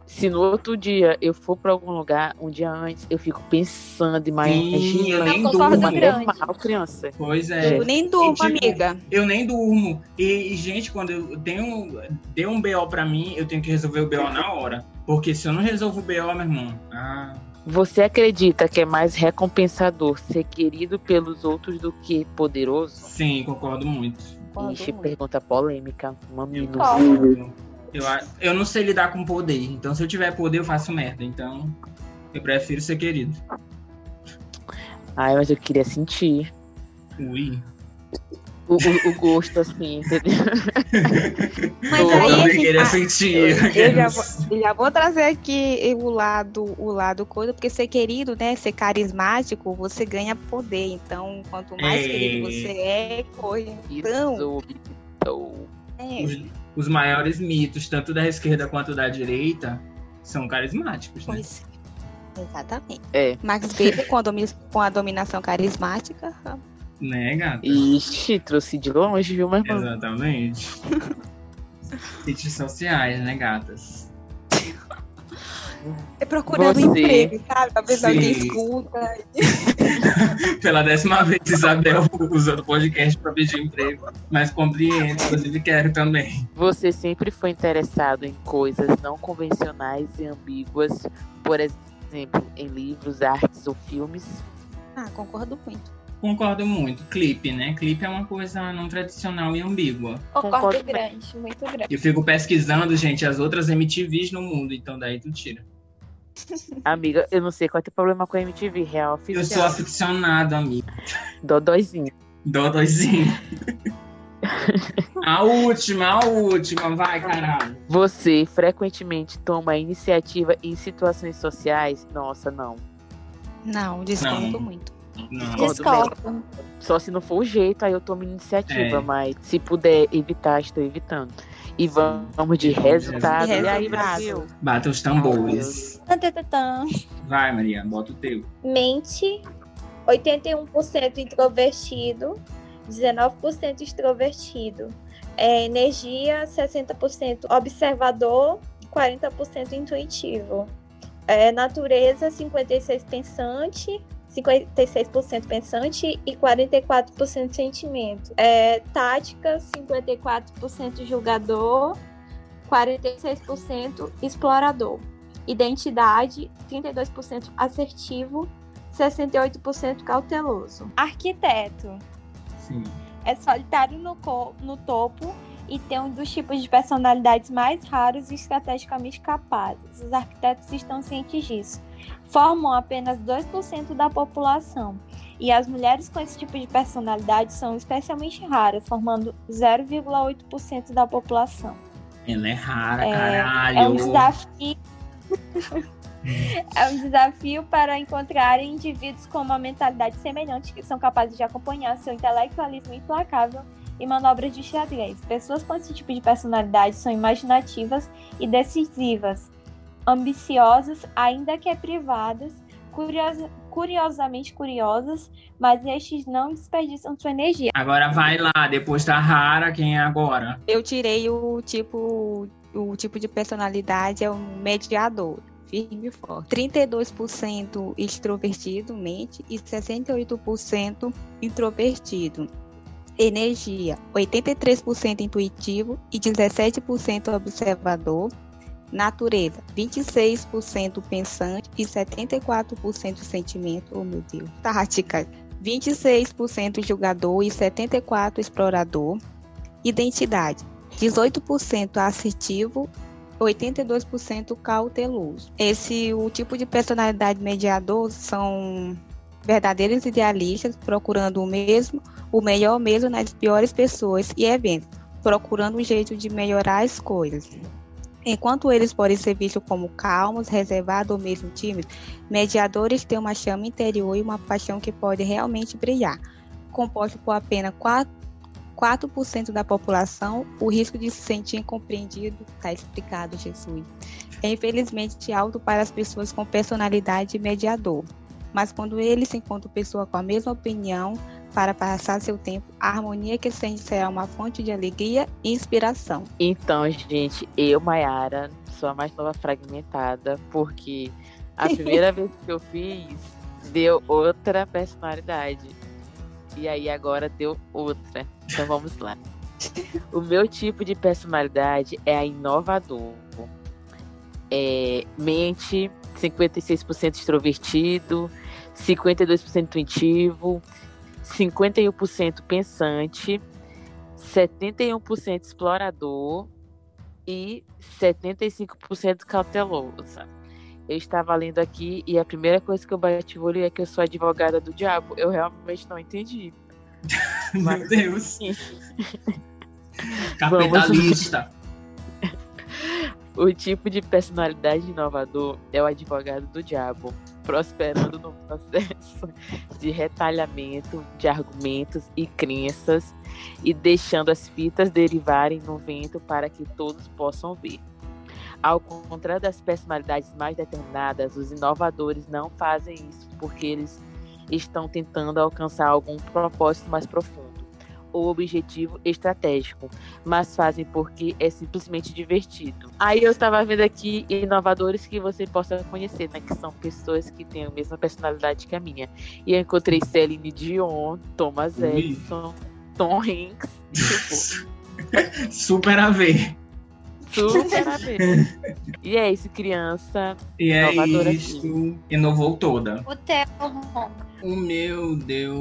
S2: se no outro dia eu for pra algum lugar, um dia antes, eu fico pensando e
S1: Sim, eu
S2: imaginando.
S1: nem
S5: Não, concordo
S1: durmo.
S2: Mas
S5: grande.
S2: é normal, criança.
S1: Pois é.
S3: Eu nem durmo,
S1: tipo,
S3: amiga.
S1: Eu nem durmo. E, gente, quando eu tenho, deu um BO pra mim, eu tenho que resolver o BO na hora. Porque se eu não resolvo o BO, meu irmão. Ah,
S2: Você acredita que é mais recompensador ser querido pelos outros do que poderoso?
S1: sim, concordo muito.
S3: Concordo
S2: Ixi,
S3: muito.
S2: pergunta polêmica. Mamilos.
S4: Qual?
S1: Eu, a- eu não sei lidar com poder. Então, se eu tiver poder, eu faço merda. Então, eu prefiro ser querido.
S2: Ai, mas eu queria sentir
S1: Ui.
S2: o, o- o gosto assim, entendeu?
S3: Mas
S2: Eu
S3: aí,
S1: eu
S3: a
S1: também
S3: gente-
S1: queria
S3: ah,
S1: sentir.
S3: Eu já, vou, eu já vou trazer aqui o lado, o lado coisa, porque ser querido, né? Ser carismático, você ganha poder. Então, quanto mais
S1: É.
S3: querido você é, coisa. Então,
S2: Isso, isso.
S3: é,
S1: Os, os maiores mitos, tanto da esquerda quanto da direita, são carismáticos, né?
S3: Pois é. Exatamente.
S2: É.
S3: Max Weber com a, domi- com a dominação carismática.
S1: Né, gata?
S2: Ixi, trouxe de longe, viu, meu irmão?
S1: Exatamente. Sítios sociais, né, gatas?
S3: É procurando
S2: Você.
S3: emprego, sabe? Talvez
S1: Sim.
S3: alguém escuta.
S1: Pela décima vez, Isabel usando o podcast para pedir emprego. Mas compreendo, inclusive quero também.
S2: Você sempre foi interessado em coisas não convencionais e ambíguas, por exemplo, em livros, artes ou filmes?
S3: Ah, concordo muito.
S1: Concordo muito. Clipe, né? Clipe é uma coisa não tradicional e ambígua.
S4: Concordo,
S2: Concordo
S4: grande, muito grande.
S1: Eu fico pesquisando, gente, as outras MTVs no mundo, então daí tu tira.
S2: Amiga, eu não sei qual é o teu problema com a MTV, real
S1: Eu
S2: oficial.
S1: sou aficionado, amigo.
S2: Dodóizinho.
S1: Dodóizinho. a última, a última, vai, caralho.
S2: Você frequentemente toma iniciativa em situações sociais? Nossa, não.
S3: Não, desconto
S1: Não.
S3: muito.
S1: Não.
S2: Concordo
S4: Discordo.
S2: Só se não for o jeito, aí eu tomo iniciativa.
S1: É.
S2: Mas se puder evitar, estou evitando. E va- vamos de resultado. né,
S1: De
S2: E aí,
S3: resultado.
S2: Brasil?
S1: Bata os tambores.
S5: Tan, tan, tan, tan.
S1: Vai, Maria, bota o teu.
S4: Mente, 81% introvertido, 19% extrovertido. É, energia, 60% observador, 40% intuitivo. É, natureza, 56% pensante. 56% pensante e 44% sentimento. É, tática, 54% julgador, 46% explorador. Identidade, 32% assertivo, 68% cauteloso.
S5: Arquiteto.
S1: Sim.
S4: É solitário no, co- no topo e tem um dos tipos de personalidades mais raros e estrategicamente capazes. Os arquitetos estão cientes disso. Formam apenas 2% da população. E as mulheres com esse tipo de personalidade são especialmente raras, formando 0,8% da população.
S1: Ela é rara,
S4: É,
S1: caralho.
S4: É um desafio. é um desafio para encontrar indivíduos com uma mentalidade semelhante que são capazes de acompanhar seu intelectualismo implacável e manobras de xadrez. Pessoas com esse tipo de personalidade são imaginativas e decisivas, ambiciosas, ainda que privadas, curiosa- curiosamente curiosas, mas estes não desperdiçam sua energia.
S1: Agora vai lá, depois tá rara, quem é agora?
S3: Eu tirei o tipo, o tipo de personalidade, é um mediador. Firme e forte. 32% extrovertido, mente, e 68% introvertido. Energia, 83% intuitivo e 17% observador. Natureza, 26% pensante e 74% sentimento. Oh, meu Deus. Tática, 26% julgador e 74% explorador. Identidade, 18% assertivo, 82% cauteloso. Esse o tipo de personalidade mediador são verdadeiros idealistas procurando o mesmo, o melhor mesmo nas piores pessoas e eventos, procurando um jeito de melhorar as coisas. Enquanto eles podem ser vistos como calmos, reservados ou mesmo tímidos, mediadores têm uma chama interior e uma paixão que pode realmente brilhar. Composto por apenas 4, 4% da população, o risco de se sentir incompreendido está explicado, Jesus. É infelizmente alto para as pessoas com personalidade de mediador. Mas quando eles se encontram pessoa com a mesma opinião para passar seu tempo, a harmonia que sente será uma fonte de alegria e inspiração.
S2: Então, gente, eu, Mayara, sou a mais nova fragmentada, porque a primeira vez que eu fiz deu outra personalidade. E aí agora deu outra. Então vamos lá. O meu tipo de personalidade é a inovador. É, mente, 56% extrovertido, 52% intuitivo, 51% pensante, 71% explorador e 75% cautelosa. Eu estava lendo aqui e a primeira coisa que eu bati o olho é que eu sou advogada do diabo. Eu realmente não entendi.
S1: Meu
S2: Mas-
S1: Deus. Capitalista.
S2: O tipo de personalidade inovador é o advogado do diabo, prosperando no processo de retalhamento de argumentos e crenças e deixando as fitas derivarem no vento para que todos possam ver. Ao contrário das personalidades mais determinadas, os inovadores não fazem isso porque eles estão tentando alcançar algum propósito mais profundo ou objetivo estratégico mas fazem porque é simplesmente divertido. Aí eu tava vendo aqui inovadores que você possa conhecer, né? Que são pessoas que têm a mesma personalidade que a minha. E eu encontrei Celine Dion, Thomas
S1: Ui.
S2: Edison, Tom Hanks. Tipo,
S1: Super a ver.
S2: super a ver. E é isso, criança.
S1: E é
S2: Inovadora
S1: isso. Inovou toda.
S4: O Theo Ronca.
S1: O meu deu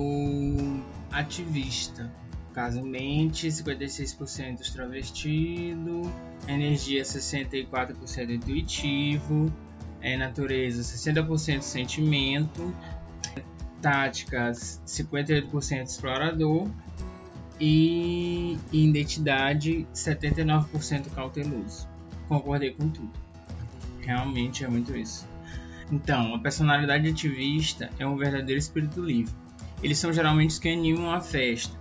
S1: ativista. Caso mente, 56% extrovertido, energia 64% intuitivo, é, natureza 60% sentimento, táticas 58% explorador e identidade 79% cauteloso. Concordei com tudo. Realmente é muito isso. Então, a personalidade ativista é um verdadeiro espírito livre. Eles são geralmente os que animam a festa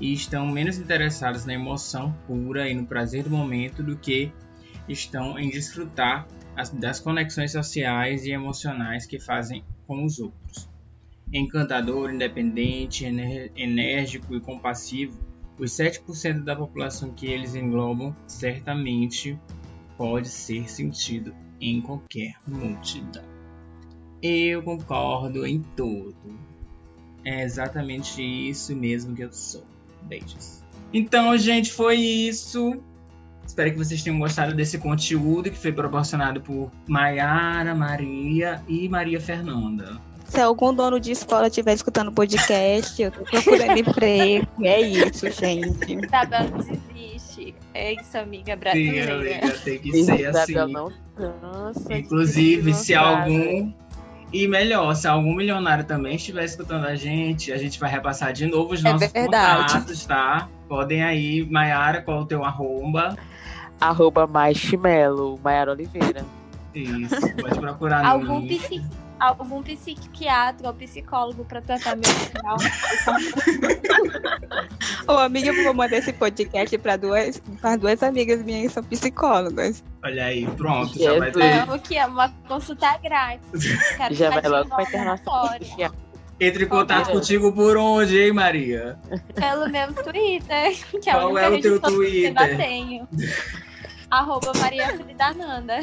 S1: e estão menos interessados na emoção pura e no prazer do momento do que estão em desfrutar as- das conexões sociais e emocionais que fazem com os outros. Encantador, independente, ener- enérgico e compassivo, os 7% da população que eles englobam certamente pode ser sentido em qualquer multidão. Eu concordo em tudo. É exatamente isso mesmo que eu sou. Beijos. Então, gente, foi isso. Espero que vocês tenham gostado desse conteúdo que foi proporcionado por Maiara, Maria e Maria Fernanda.
S3: Se algum dono de escola estiver escutando o podcast, eu tô procurando emprego. É isso, gente.
S6: Isabel desiste. É isso, amiga
S1: Sim,
S6: brasileira.
S1: amiga, tem que ser assim.
S2: Isabel não dança.
S1: Inclusive, se
S2: desgraçada.
S1: algum. E melhor, se algum milionário também estiver escutando a gente, a gente vai repassar de novo os
S3: É
S1: nossos
S3: verdade.
S1: contatos, tá? Podem aí, Mayara, qual o teu arromba?
S2: Arroba mais Chimelo, Maiara Oliveira.
S1: Isso, pode procurar no
S6: Algum,
S1: link.
S6: psiqui- algum psiquiatra ou psicólogo pra tratar meu final.
S3: Ô, amiga, eu vou mandar esse podcast para duas, pra duas amigas minhas que são psicólogas.
S1: Olha aí, pronto, já vai
S2: Jesus.
S1: ter.
S6: Amo que é uma consulta grátis. Quero
S2: Já
S6: ficar
S2: vai
S6: de
S2: logo pra
S6: novo
S2: internacional.
S6: fora.
S1: Entre em contato
S2: Qual é?
S1: contigo por onde, hein, Maria?
S6: Pelo meu Twitter, que é
S1: Qual
S6: o único
S1: é o teu
S6: que eu
S1: Twitter?
S6: ainda tenho. Arroba Maria Fridananda.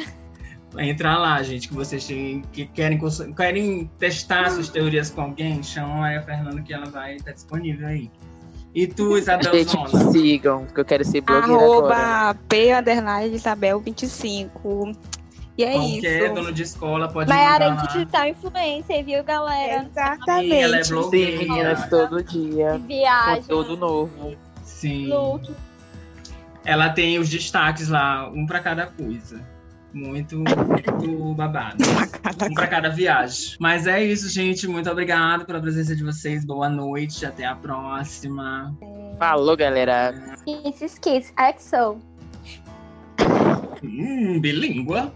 S1: Entra lá, gente, que vocês têm- que querem, cons- querem testar suas teorias com alguém, chama aí a Fernanda que ela vai estar disponível aí. E tu, Isabel
S2: Gente, me
S1: Zona?
S2: sigam, que eu quero ser blogueira agora.
S3: Arroba P underline Isabel 25. E é
S1: Qualquer
S3: isso.
S1: dono de escola pode
S6: Maiara é
S1: mandar lá.
S6: digital influencer, viu, galera?
S1: Sim, ela é
S3: É, Exatamente.
S2: Sim,
S1: blogueira.
S2: meninas, todo dia.
S6: Viagem,
S2: Conteúdo novo.
S1: Sim.
S6: look,
S1: Ela tem os destaques lá, um pra cada coisa. Muito, muito babado. Um pra cada viagem. Mas é isso, gente. Muito obrigado pela presença de vocês. Boa noite. Até a próxima.
S2: Falou, galera.
S6: Kiss, Kiss, XO.
S1: Hum, bilíngua.